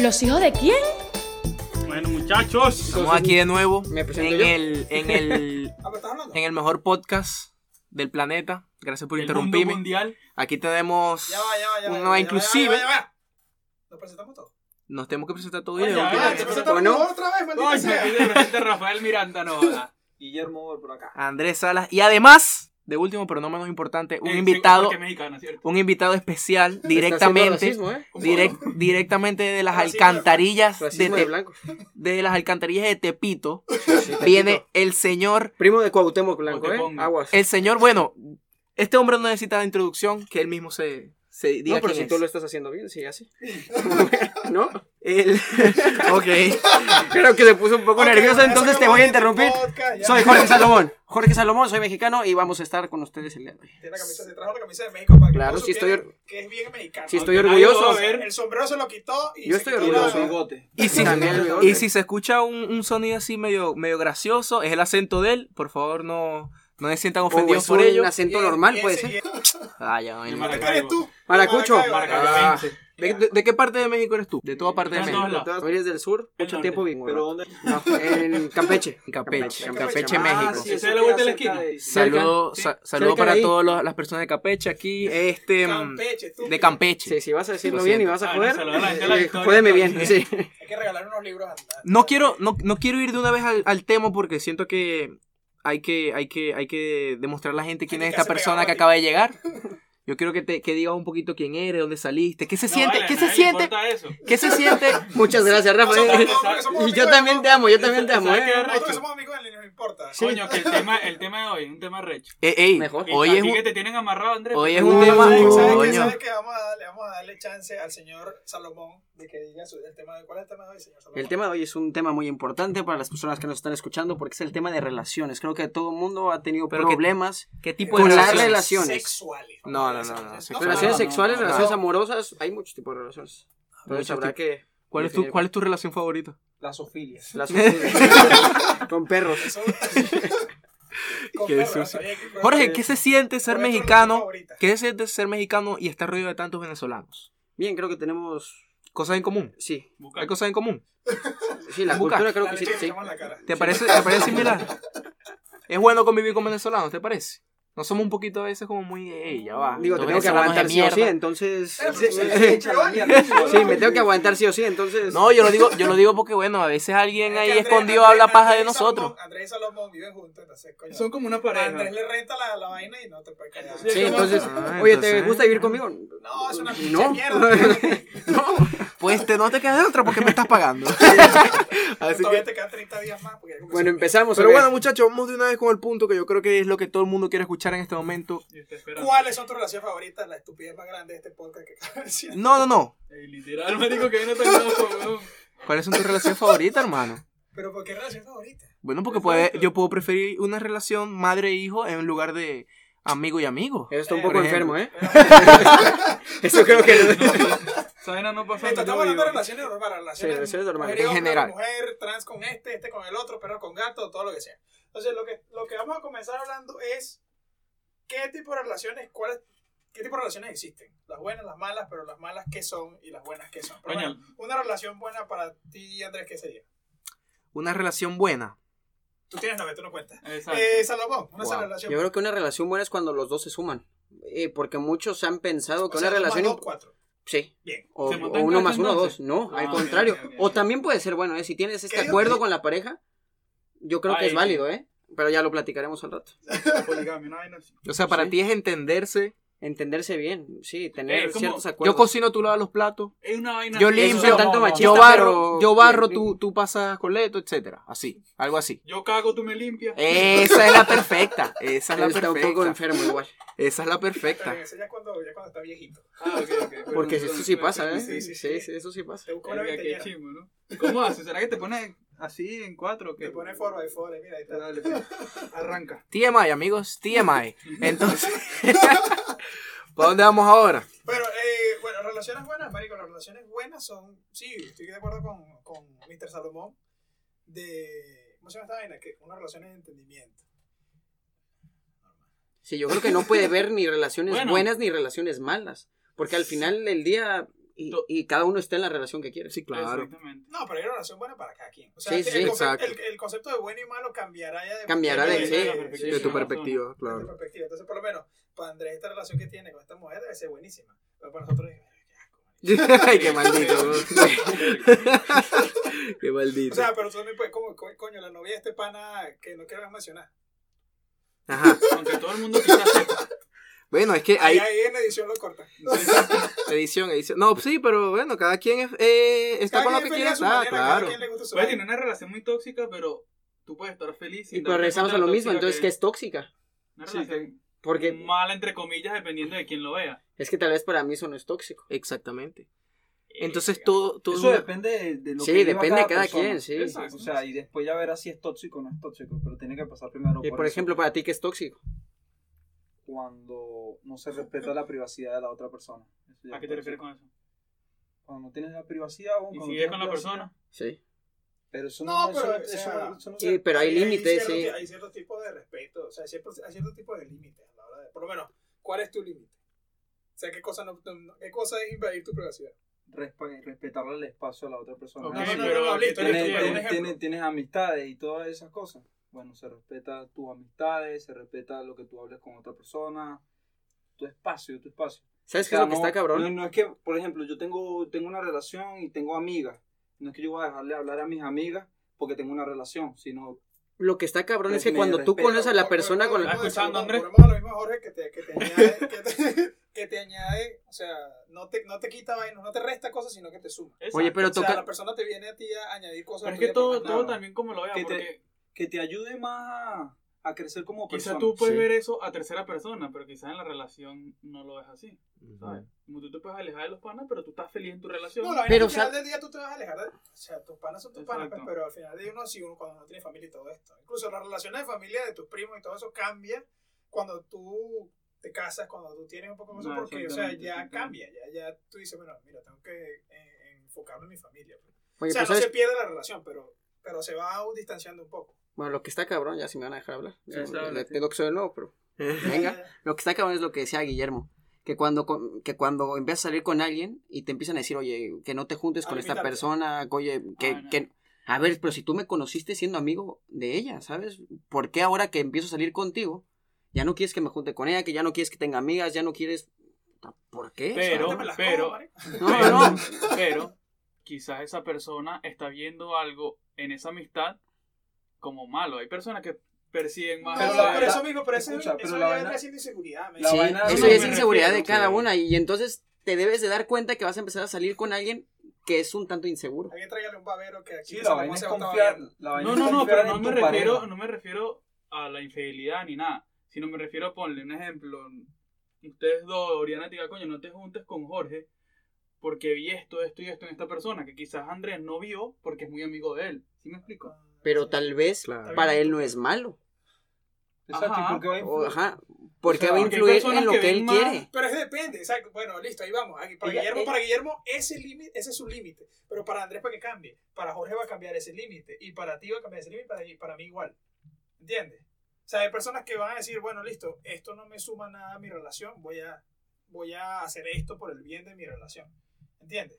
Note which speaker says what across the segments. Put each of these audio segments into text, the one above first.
Speaker 1: ¿Los hijos de quién?
Speaker 2: Bueno, muchachos.
Speaker 3: Estamos aquí de nuevo
Speaker 4: ¿Me presento
Speaker 3: en
Speaker 4: yo?
Speaker 3: el, en, el,
Speaker 4: Ah, pero estás hablando.
Speaker 3: en el mejor podcast del planeta. Gracias por
Speaker 2: El mundo
Speaker 3: interrumpirme.
Speaker 2: mundial.
Speaker 3: Aquí tenemos
Speaker 4: Ya va, ya va, ya va.
Speaker 3: uno
Speaker 4: ya va,
Speaker 3: inclusive.
Speaker 4: ya va, ya va, ya va. ¿Lo presentamos todo?
Speaker 3: Nos tenemos que presentar todo
Speaker 2: Ah,
Speaker 3: video.
Speaker 2: ya,
Speaker 4: Ah,
Speaker 2: ya,
Speaker 4: ¿te
Speaker 2: ya,
Speaker 4: presentamos
Speaker 3: Bueno,
Speaker 4: todo otra vez, maldita
Speaker 2: Coño,
Speaker 4: sea?
Speaker 2: y de repente Rafael Miranda no joda.
Speaker 4: Guillermo Bor por acá.
Speaker 3: Andrés Salas. Y además, de último pero no menos importante, un
Speaker 2: Eh, sí,
Speaker 3: invitado,
Speaker 2: porque mexicana, ¿cierto?
Speaker 3: un invitado especial
Speaker 4: Está
Speaker 3: directamente.
Speaker 4: haciendo racismo, ¿eh?
Speaker 3: direct- directamente de las
Speaker 4: Racismo de-
Speaker 3: alcantarillas de,
Speaker 4: Racismo de
Speaker 3: Te-
Speaker 4: blanco.
Speaker 3: de las alcantarillas de Tepito
Speaker 4: Tepito.
Speaker 3: viene el señor
Speaker 4: Primo de Cuauhtémoc
Speaker 2: O
Speaker 4: Blanco,
Speaker 2: te
Speaker 4: ¿eh?
Speaker 2: pongo.
Speaker 4: Aguas.
Speaker 3: El señor, bueno, este hombre no necesita de introducción, que él mismo se, se diga
Speaker 4: No, pero si
Speaker 3: quién
Speaker 4: tú
Speaker 3: es.
Speaker 4: lo estás haciendo bien, sigue así. ¿No?
Speaker 3: Él- ok.
Speaker 4: Creo que se puso un poco
Speaker 5: Ok,
Speaker 4: nervioso,
Speaker 5: ya
Speaker 4: entonces te
Speaker 5: sacamos
Speaker 4: voy a
Speaker 5: este
Speaker 4: interrumpir.
Speaker 5: podcast, ya.
Speaker 4: Soy Jorge Salomón. Jorge Salomón, soy mexicano y vamos a estar con ustedes el día de hoy.
Speaker 5: Tiene la camisa, se trajo la camisa de México para que
Speaker 4: Claro,
Speaker 5: todos
Speaker 4: sí estoy
Speaker 5: supieran que es bien mexicano.
Speaker 4: Sí estoy
Speaker 2: Aunque
Speaker 4: orgulloso.
Speaker 2: nadie lo va a ver.
Speaker 5: El sombrero se lo quitó y
Speaker 4: Yo
Speaker 5: se
Speaker 4: estoy
Speaker 5: quitó
Speaker 4: orgulloso.
Speaker 5: la-
Speaker 2: bigote.
Speaker 3: Y si,
Speaker 4: También el bigote.
Speaker 3: y si se escucha un, un sonido así medio, medio gracioso, es el acento de él. Por favor, no, no se sientan
Speaker 4: O
Speaker 3: ofendidos
Speaker 4: Oh, es
Speaker 3: por ello.
Speaker 4: un acento
Speaker 5: y-
Speaker 4: normal,
Speaker 5: y
Speaker 4: puede
Speaker 5: ese-
Speaker 4: ser.
Speaker 5: y ese-
Speaker 3: Ah, ya,
Speaker 2: El
Speaker 3: bueno.
Speaker 2: mar-
Speaker 5: ¿Qué eres tú?
Speaker 4: Maracucho.
Speaker 5: Maracayo.
Speaker 4: Ah.
Speaker 2: Maracayense.
Speaker 3: ¿De, de, de qué parte de México eres tú? De toda parte de
Speaker 2: No,
Speaker 3: México.
Speaker 2: no, no.
Speaker 4: Tú eres del sur, mucho
Speaker 2: norte.
Speaker 4: tiempo bien, gordo.
Speaker 6: ¿Pero dónde?
Speaker 4: No, en Campeche.
Speaker 3: En Campeche, en Campeche,
Speaker 5: Campeche.
Speaker 4: Ah,
Speaker 3: México.
Speaker 4: sí,
Speaker 2: Esa
Speaker 4: eso
Speaker 2: es la vuelta de la
Speaker 4: queda
Speaker 2: esquina.
Speaker 4: cerca de-
Speaker 3: Saludo,
Speaker 2: Sí.
Speaker 3: sa- saludo
Speaker 4: Cerca de
Speaker 3: para
Speaker 4: ahí.
Speaker 3: todas las personas de Campeche aquí. Este,
Speaker 4: Em,
Speaker 3: mm,
Speaker 5: Campeche, tú.
Speaker 3: de Campeche.
Speaker 4: Sí, si vas a decirlo
Speaker 3: Lo
Speaker 4: bien y
Speaker 3: siento.
Speaker 4: vas a
Speaker 2: Ah,
Speaker 4: joder,
Speaker 2: no, saluda a la gente de la
Speaker 4: eh,
Speaker 2: victoria,
Speaker 4: jódeme bien.
Speaker 2: entonces.
Speaker 4: Sí.
Speaker 5: Hay que regalar unos libros. a-
Speaker 3: No quiero, no, no quiero ir de una vez al, al tema porque siento que hay que, hay que, hay que demostrar a la gente quién
Speaker 5: Hay
Speaker 3: es
Speaker 5: que
Speaker 3: esta
Speaker 5: hacer
Speaker 3: persona
Speaker 5: pegado
Speaker 3: que
Speaker 5: ahí.
Speaker 3: acaba de llegar. Yo quiero que te que digas un poquito quién eres, dónde saliste, qué se
Speaker 2: No,
Speaker 3: siente,
Speaker 2: vale,
Speaker 3: qué
Speaker 2: a
Speaker 3: se
Speaker 2: nadie le
Speaker 3: siente,
Speaker 2: importa eso.
Speaker 3: qué se siente.
Speaker 4: Muchas gracias, Rafa.
Speaker 5: Nosotros
Speaker 4: eh.
Speaker 5: no, porque somos
Speaker 4: Y
Speaker 5: amigos
Speaker 4: yo
Speaker 5: de
Speaker 4: también
Speaker 5: Rafa.
Speaker 4: te amo, yo también te amo.
Speaker 2: ¿Sabes qué
Speaker 4: eh.
Speaker 2: arrecho?
Speaker 5: Nosotros somos amigos de él y nos importa.
Speaker 2: Coño, que el tema, el tema de hoy, un tema recho.
Speaker 3: Eh, ey,
Speaker 4: Mejor.
Speaker 2: Y
Speaker 3: hoy
Speaker 2: aquí
Speaker 3: es un,
Speaker 2: que te tienen amarrado, Andrés.
Speaker 3: hoy es
Speaker 4: No,
Speaker 3: un tema.
Speaker 4: ¿sabes qué?
Speaker 5: ¿Sabes qué?
Speaker 3: coño.
Speaker 5: ¿Sabes qué? Vamos a darle, vamos a darle chance al señor Salomón de que diga su- el tema de cuál es el tema de hoy, señor Salomón.
Speaker 4: El tema de hoy es un tema muy importante para las personas que nos están escuchando porque es el tema de relaciones. Creo que todo el mundo ha tenido
Speaker 3: Pero que-
Speaker 4: problemas.
Speaker 3: ¿Qué tipo de
Speaker 4: Con las
Speaker 3: relaciones?
Speaker 4: relaciones.
Speaker 5: sexuales.
Speaker 3: No, no, no, no, sexuales.
Speaker 4: Relaciones
Speaker 2: no,
Speaker 4: sexuales,
Speaker 2: no,
Speaker 4: relaciones
Speaker 3: no.
Speaker 4: amorosas, hay muchos tipos de relaciones. Entonces
Speaker 3: Muchos
Speaker 4: habrá que...
Speaker 3: ¿Cuál es tu, cuál es tu relación favorita?
Speaker 6: La Sofía.
Speaker 4: las- Con perros.
Speaker 5: Eso- Con
Speaker 3: Qué
Speaker 5: perro,
Speaker 3: sucio.
Speaker 5: sabía que-
Speaker 3: Jorge, ¿qué se siente ser
Speaker 5: ¿cuál es tu relación
Speaker 3: mexicano?
Speaker 5: favorita?
Speaker 3: ¿Qué se siente ser mexicano y estar rodeado de tantos venezolanos?
Speaker 4: Bien, creo que tenemos...
Speaker 3: Cosas en común.
Speaker 4: Sí,
Speaker 2: Busca-
Speaker 3: Hay cosas en común.
Speaker 4: sí, la
Speaker 3: Buca.
Speaker 4: cultura creo
Speaker 5: La
Speaker 4: que sí.
Speaker 5: leche que
Speaker 4: sí.
Speaker 5: echamos en la cara.
Speaker 3: ¿Te parece, ¿Te parece similar? Es bueno convivir con venezolanos, ¿te parece? No somos un poquito a veces como muy. "Ey, ya va.
Speaker 4: Digo, te
Speaker 3: estos
Speaker 4: tengo que
Speaker 3: venezolanos de
Speaker 4: aguantar sí o sí,
Speaker 3: mierda".
Speaker 4: entonces...
Speaker 5: Eh,
Speaker 4: Sí,
Speaker 5: pues, eh, echa la mierda.
Speaker 4: sí, me tengo que aguantar sí o sí, entonces...
Speaker 3: No, yo lo digo, yo lo digo porque bueno, a veces alguien
Speaker 5: Es que
Speaker 3: ahí
Speaker 5: Andrés-
Speaker 3: escondido
Speaker 5: Andrés-
Speaker 3: habla paja de
Speaker 5: Andrés y Salomón-
Speaker 3: nosotros.
Speaker 5: Andrés y Salomón viven juntos, entonces, coño.
Speaker 2: Son como una
Speaker 5: A
Speaker 2: pareja.
Speaker 5: Andrés le renta la, la vaina y no te puede callar.
Speaker 2: Entonces-
Speaker 4: Sí, entonces...
Speaker 3: Ah,
Speaker 4: Oye, ¿te
Speaker 3: entonces-
Speaker 4: gusta vivir conmigo?
Speaker 5: No, es una pinche
Speaker 4: No.
Speaker 5: mierda.
Speaker 3: Pues te, no te quedas de otra porque me estás pagando. Así
Speaker 5: Todavía
Speaker 3: que.
Speaker 5: te quedan 30 días más. porque ya comenzó.
Speaker 4: Bueno, empezamos.
Speaker 3: Pero
Speaker 4: ¿ok?
Speaker 3: bueno, muchachos, vamos de una vez con el punto que yo creo que es lo que todo el mundo quiere escuchar en este momento.
Speaker 2: Y está esperando.
Speaker 5: ¿Cuáles son tus relaciones favoritas? La estupidez más grande de este podcast que acaba de decir.
Speaker 3: No, no, no.
Speaker 2: Ey, eh, Literal, marico, que viene tan loco, weón.
Speaker 3: ¿Cuáles son tus relaciones favoritas, hermano?
Speaker 5: Pero ¿por qué relación favorita?
Speaker 3: Bueno, porque puede, yo puedo preferir una relación madre-hijo en lugar de amigo y amigo.
Speaker 4: Eso está un
Speaker 5: Eh,
Speaker 4: poco
Speaker 3: por
Speaker 4: enfermo, ¿eh?
Speaker 5: Pero-
Speaker 4: Eso creo que no.
Speaker 2: Esa vaina no pasa.
Speaker 5: Esto
Speaker 2: donde
Speaker 5: estamos
Speaker 2: yo
Speaker 5: hablando de
Speaker 2: vivo.
Speaker 5: relaciones normales. Relaciones,
Speaker 4: Sí, relaciones normales,
Speaker 5: mujer y
Speaker 3: en
Speaker 5: hombre,
Speaker 3: general.
Speaker 5: Mujer, trans con este, este con el otro, perro con gato, todo lo que sea. Entonces, lo que, lo que vamos a comenzar hablando es qué tipo de relaciones, cuáles, qué tipo de relaciones existen. Las buenas, las malas, pero las malas qué son y las buenas qué son. Pero
Speaker 2: Coño.
Speaker 5: bueno, una relación buena para ti, Andrés, ¿qué sería?
Speaker 3: Una relación buena.
Speaker 5: Tú tienes novia, tú no cuentas.
Speaker 2: Exacto.
Speaker 5: Eh, Salomón, una
Speaker 3: Wow.
Speaker 5: sola
Speaker 4: Yo
Speaker 5: relación.
Speaker 4: creo que una relación buena es cuando los dos se suman. Eh, porque muchos han pensado
Speaker 5: O
Speaker 4: que
Speaker 5: sea,
Speaker 4: una
Speaker 5: dos más
Speaker 4: relación.
Speaker 5: dos,
Speaker 4: imp-
Speaker 5: cuatro.
Speaker 4: Sí.
Speaker 5: Bien.
Speaker 4: O,
Speaker 2: ¿Se
Speaker 4: o
Speaker 2: montan
Speaker 4: uno
Speaker 2: en
Speaker 4: más uno,
Speaker 2: entonces?
Speaker 4: dos. No,
Speaker 2: Ah,
Speaker 4: al
Speaker 2: ok,
Speaker 4: contrario.
Speaker 2: ok, ok.
Speaker 4: O también puede ser bueno, ¿eh? Si tienes este
Speaker 5: ¿Qué digo?
Speaker 4: acuerdo con la pareja, yo creo que
Speaker 2: Ay,
Speaker 4: es válido, ¿eh? Pero ya lo platicaremos al rato.
Speaker 2: Poligamia, una vaina así.
Speaker 3: O sea, para
Speaker 4: Sí.
Speaker 3: ti es entenderse.
Speaker 4: Entenderse bien, sí, tener
Speaker 2: Eh, ¿cómo?
Speaker 4: ciertos
Speaker 3: Yo
Speaker 4: acuerdos.
Speaker 3: cocino, tú lavas los platos.
Speaker 2: Es una vaina.
Speaker 3: Yo
Speaker 2: así,
Speaker 3: limpio,
Speaker 2: eso no, no,
Speaker 4: tanto machismo.
Speaker 3: Yo
Speaker 4: Chiste,
Speaker 3: barro,
Speaker 4: pero-
Speaker 3: yo barro,
Speaker 4: Bien,
Speaker 3: tú,
Speaker 4: bien.
Speaker 3: tú pasas coleto, etcétera. Así, algo así.
Speaker 2: Yo cago, tú me limpias.
Speaker 3: Esa es la perfecta. Esa es
Speaker 4: Pero
Speaker 3: la
Speaker 4: está un poco
Speaker 3: perfecta.
Speaker 4: enfermo igual.
Speaker 3: Esa es la
Speaker 5: Pero
Speaker 3: perfecta.
Speaker 5: eso ya cuando, ya cuando está viejito.
Speaker 2: Ah, ok, ok. Bueno,
Speaker 4: Porque eso
Speaker 2: entonces,
Speaker 4: sí pasa, ¿eh?
Speaker 5: sí,
Speaker 4: Sí,
Speaker 5: sí,
Speaker 4: sí,
Speaker 5: sí.
Speaker 4: eso sí pasa.
Speaker 5: Te busca una
Speaker 2: Verga, qué
Speaker 5: veinteañera.
Speaker 2: chimbo, ¿no? ¿Cómo haces? ¿Será que te pones así en cuatro? o qué?
Speaker 5: Te pone forma y forma. Mira, ahí está.
Speaker 2: Dale, pues. Arranca.
Speaker 3: TMI, amigos, TMI. Entonces, ¿para dónde vamos ahora?
Speaker 5: Pero, eh, bueno, relaciones buenas, Marico, las relaciones buenas son, sí, estoy de acuerdo con, con Mr. Salomón, de, ¿cómo se llama esta vaina? Que una relación es de entendimiento.
Speaker 4: Sí, yo creo que no puede haber ni relaciones
Speaker 2: Bueno.
Speaker 4: buenas ni relaciones malas. Porque al final del día y,
Speaker 3: To-
Speaker 4: y cada uno está en la relación que quiere.
Speaker 3: Sí, claro.
Speaker 2: Exactamente.
Speaker 5: No, pero hay una relación buena para cada quien. O sea,
Speaker 4: Sí,
Speaker 5: el,
Speaker 4: sí,
Speaker 5: el concepto,
Speaker 3: exacto.
Speaker 5: el, el concepto de bueno y malo cambiará ya de
Speaker 4: Cambiará de- sí,
Speaker 2: sí,
Speaker 3: De tu
Speaker 2: sí.
Speaker 3: perspectiva,
Speaker 5: de tu
Speaker 3: claro.
Speaker 5: perspectiva. Entonces, por lo menos, para Andrés, esta relación que tiene con esta mujer debe ser buenísima. Pero para nosotros, ay, qué asco, marico.
Speaker 3: Ay, qué maldito. ¿no? qué
Speaker 5: O
Speaker 3: maldito.
Speaker 5: sea, pero tú también puedes, como, co- coño, la novia de este pana que no quiero mencionar.
Speaker 3: Ajá.
Speaker 2: Aunque todo el mundo quizás sepa.
Speaker 3: Bueno, es que
Speaker 5: Ahí,
Speaker 3: hay
Speaker 5: ahí en la edición lo corta.
Speaker 3: edición, edición. No, sí, pero bueno, cada quien es, eh, está
Speaker 5: Cada
Speaker 3: con lo que
Speaker 5: quien pelea
Speaker 3: quiere
Speaker 5: a su
Speaker 3: estar,
Speaker 5: manera, cada
Speaker 3: claro.
Speaker 5: quien le gusta su
Speaker 2: Puede
Speaker 5: vaina.
Speaker 2: tener una relación muy tóxica, pero tú puedes estar feliz. sin
Speaker 4: Y pues
Speaker 2: darte
Speaker 4: regresamos a
Speaker 2: cuenta
Speaker 4: lo
Speaker 2: de
Speaker 4: mismo,
Speaker 2: tóxica
Speaker 4: entonces que es tóxica.
Speaker 2: Una
Speaker 4: Sí,
Speaker 2: relación
Speaker 4: Porque
Speaker 2: mala, entre comillas, dependiendo de quién lo vea.
Speaker 4: es que tal vez para mí eso no es tóxico.
Speaker 3: Exactamente.
Speaker 4: Eh,
Speaker 3: Entonces todo, todo
Speaker 1: Eso depende de, de lo
Speaker 4: Sí,
Speaker 1: que viva
Speaker 4: depende de cada
Speaker 1: persona.
Speaker 4: quien, sí.
Speaker 2: Exacto.
Speaker 1: O sea, y después ya verás si es tóxico o no es tóxico, pero tiene que pasar primero
Speaker 4: Y
Speaker 1: por,
Speaker 4: por
Speaker 1: eso.
Speaker 4: ejemplo, para ti, ¿qué es tóxico?
Speaker 1: cuando no se respeta la privacidad de la otra persona. Eso ya
Speaker 2: ¿A qué
Speaker 1: es
Speaker 2: te refieres
Speaker 1: tóxico.
Speaker 2: con eso?
Speaker 1: Cuando no tienes la privacidad o
Speaker 2: ¿Y
Speaker 1: cuando
Speaker 2: sigues
Speaker 1: tienes
Speaker 2: con la
Speaker 1: privacidad.
Speaker 2: persona?
Speaker 4: Sí.
Speaker 1: Pero eso
Speaker 5: No,
Speaker 1: no,
Speaker 5: pero,
Speaker 1: eso,
Speaker 5: o
Speaker 1: eso-
Speaker 5: sea,
Speaker 1: eso no
Speaker 4: Sí, pero hay límites,
Speaker 5: cierto-
Speaker 4: sí.
Speaker 5: Hay cierto tipo de respeto, o sea, hay cierto, hay cierto tipo de límites a la hora de. Por lo menos, ¿cuál es tu límite? O sea, ¿qué cosa, no, no- qué cosa es invadir tu privacidad?
Speaker 1: resp- respetarle el espacio a la otra persona.
Speaker 2: Ok,
Speaker 5: No, no, no,
Speaker 2: pero
Speaker 5: no,
Speaker 2: ¿qué
Speaker 5: listo,
Speaker 2: tiene-
Speaker 1: tienes,
Speaker 5: listo, pero un
Speaker 1: tienes,
Speaker 5: ejemplo.
Speaker 1: tienes- tienes amistades y todas esas cosas. Bueno, se respeta tus amistades, se respeta lo que tú hables con otra persona, tu espacio, tu espacio.
Speaker 4: ¿Sabes qué
Speaker 1: O sea,
Speaker 4: es lo que
Speaker 1: no-
Speaker 4: está cabrón?
Speaker 1: No, no es que, por ejemplo, yo tengo, tengo una relación y tengo amigas. No es que yo voy a dejarle hablar a mis amigas porque tengo una relación, sino
Speaker 4: Lo que está cabrón es
Speaker 1: Pues
Speaker 4: que
Speaker 1: me
Speaker 4: cuando tú
Speaker 1: respeto,
Speaker 4: conoces a la
Speaker 5: Volvemos-
Speaker 4: persona con la...
Speaker 5: volvemos a-
Speaker 2: escuchando, Andrés?
Speaker 5: Volvemos a lo mismo, Jorge, que te, que te añade, que te, que te añade, o sea, no te, no te quita vainas, no te resta cosas, sino que te suma.
Speaker 4: Oye, pero
Speaker 5: o sea, la
Speaker 4: toca...
Speaker 5: persona te viene a ti a añadir cosas.
Speaker 2: Pero es que
Speaker 5: tuyas
Speaker 2: todo,
Speaker 5: para
Speaker 2: todo
Speaker 1: Claro.
Speaker 2: también como lo veas,
Speaker 1: Que te-
Speaker 2: porque
Speaker 1: que te ayude más a, a crecer como persona.
Speaker 2: quizás tú puedes
Speaker 3: sí.
Speaker 2: ver eso a tercera persona, pero quizás en la relación no lo ves así, ¿sabes?
Speaker 3: Ujú.
Speaker 2: Como tú te puedes alejar de los panas, pero tú estás feliz en tu relación.
Speaker 5: No, la
Speaker 4: Pero,
Speaker 5: pero, al final
Speaker 4: o sea-
Speaker 5: del día tú te vas a alejar de... O sea, tus panas son tus panas,
Speaker 2: Exacto.
Speaker 5: pues, pero al final de uno sí, uno cuando no tiene familia y todo esto. Incluso las relaciones de familia de tus primos y todo eso cambia cuando tú te casas, cuando tú tienes un poco más...
Speaker 2: No,
Speaker 5: porque, o sea,
Speaker 2: exactamente,
Speaker 5: ya
Speaker 2: exactamente.
Speaker 5: cambia. Ya, ya tú dices, bueno, mira, tengo que eh, enfocarme en mi familia.
Speaker 4: Oye,
Speaker 5: o
Speaker 4: pues,
Speaker 5: sea, no
Speaker 4: ¿sabes?
Speaker 5: se pierde la relación, pero, pero se va distanciando un poco.
Speaker 4: Bueno, lo que está cabrón, ya si me van a dejar hablar.
Speaker 2: Sí, está
Speaker 4: Le-
Speaker 2: bien, sí.
Speaker 4: Tengo que ser el nuevo, pero... Venga. Lo que está cabrón es lo que decía Guillermo. Que cuando, con- que cuando empiezas a salir con alguien y te empiezan a decir, oye, que no te juntes
Speaker 5: A
Speaker 4: con esta
Speaker 5: limitarte.
Speaker 4: persona, que, oye, que,
Speaker 2: Ah, no.
Speaker 4: que- A ver, pero si tú me conociste siendo amigo de ella, ¿sabes? ¿Por qué ahora que empiezo a salir contigo, ya no quieres que me junte con ella, que ya no quieres que tenga amigas, ya no quieres... ¿Por qué?
Speaker 2: Pero-
Speaker 5: Ahorita me las
Speaker 2: pero-
Speaker 5: como, marico.
Speaker 4: No, no, no.
Speaker 2: Pero quizás esa persona está viendo algo en esa amistad como malo. Hay personas que persiguen más.
Speaker 5: Pero,
Speaker 1: la-
Speaker 5: por
Speaker 1: la-
Speaker 5: eso mismo, pero eso,
Speaker 1: escucha, pero
Speaker 5: eso
Speaker 1: la
Speaker 5: ya
Speaker 1: vaina-
Speaker 5: vendría siendo inseguridad. me
Speaker 1: La
Speaker 4: Sí,
Speaker 5: dice.
Speaker 1: vaina-
Speaker 4: eso
Speaker 1: Sí,
Speaker 4: ya es
Speaker 2: me
Speaker 4: inseguridad de
Speaker 2: refiero,
Speaker 4: cada
Speaker 2: sí.
Speaker 4: una y entonces te debes de dar cuenta que vas a empezar a salir con alguien que es un tanto inseguro.
Speaker 5: Alguien tráigale un babero que aquí
Speaker 1: Sí,
Speaker 5: se
Speaker 1: la
Speaker 5: lo
Speaker 1: vaina
Speaker 5: conoce
Speaker 1: es
Speaker 5: a otra
Speaker 1: confiar.
Speaker 5: vaina.
Speaker 1: la vaina
Speaker 2: no,
Speaker 1: es
Speaker 2: no, no,
Speaker 1: confiar
Speaker 2: pero no
Speaker 1: en
Speaker 2: me
Speaker 1: tu
Speaker 2: refiero,
Speaker 1: pareja.
Speaker 2: no me refiero a la infidelidad ni nada. Sino me refiero a ponle un ejemplo. Ustedes dos, Oriana, te diga, coño, no te juntes con Jorge porque vi esto, esto y esto en esta persona que quizás Andrés no vio porque es muy amigo de él. ¿Sí me explico?
Speaker 4: Pero tal vez
Speaker 3: Claro.
Speaker 4: para él no es malo.
Speaker 1: Exacto,
Speaker 2: Ajá.
Speaker 1: ¿y por qué va a
Speaker 4: O,
Speaker 1: influir?
Speaker 4: ajá, porque
Speaker 1: sea,
Speaker 4: va a
Speaker 2: porque hay
Speaker 4: influir
Speaker 2: personas
Speaker 4: en lo
Speaker 2: que
Speaker 4: que,
Speaker 2: ven
Speaker 4: él
Speaker 2: más-
Speaker 4: quiere.
Speaker 5: Pero es depende, exacto. Bueno, listo, ahí vamos. Aquí, para,
Speaker 1: Ella-
Speaker 5: Guillermo,
Speaker 1: ella-
Speaker 5: para Guillermo, ese límite, ese es su límite. Pero para Andrés, para que cambie. Para Jorge va a cambiar ese límite. Y para ti va a cambiar ese límite. y Para, y para mí igual. ¿Entiendes? O sea, hay personas que van a decir, bueno, listo, esto no me suma nada a mi relación. Voy a, voy a hacer esto por el bien de mi relación. ¿Entiendes?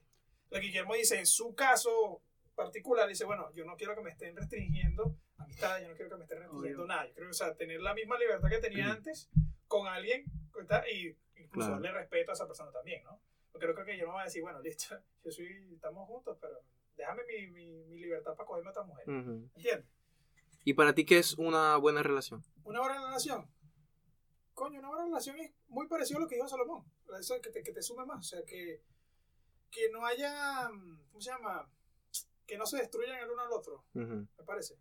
Speaker 5: Lo que Guillermo dice, en su caso particular, dice, bueno, yo no quiero que me estén restringiendo amistades, yo no quiero que me estén restringiendo nada. Yo creo, o sea, tener la misma libertad que tenía antes con alguien ¿verdad? y incluso
Speaker 3: Claro.
Speaker 5: darle respeto a esa persona también, ¿no? Porque yo creo que yo no voy a decir, bueno, listo, yo soy, estamos juntos, pero déjame mi, mi, mi libertad para cogerme a otra mujer.
Speaker 3: Ujú.
Speaker 5: ¿Entiendes?
Speaker 3: ¿Y para ti qué es una buena relación?
Speaker 5: Una buena relación. Coño, una buena relación es muy parecido a lo que dijo Salomón. Eso es que te, que te sume más. O sea, que, que no haya. mm, ¿Cómo se llama? Que no se destruyan el uno al otro,
Speaker 3: Ujú.
Speaker 5: me parece.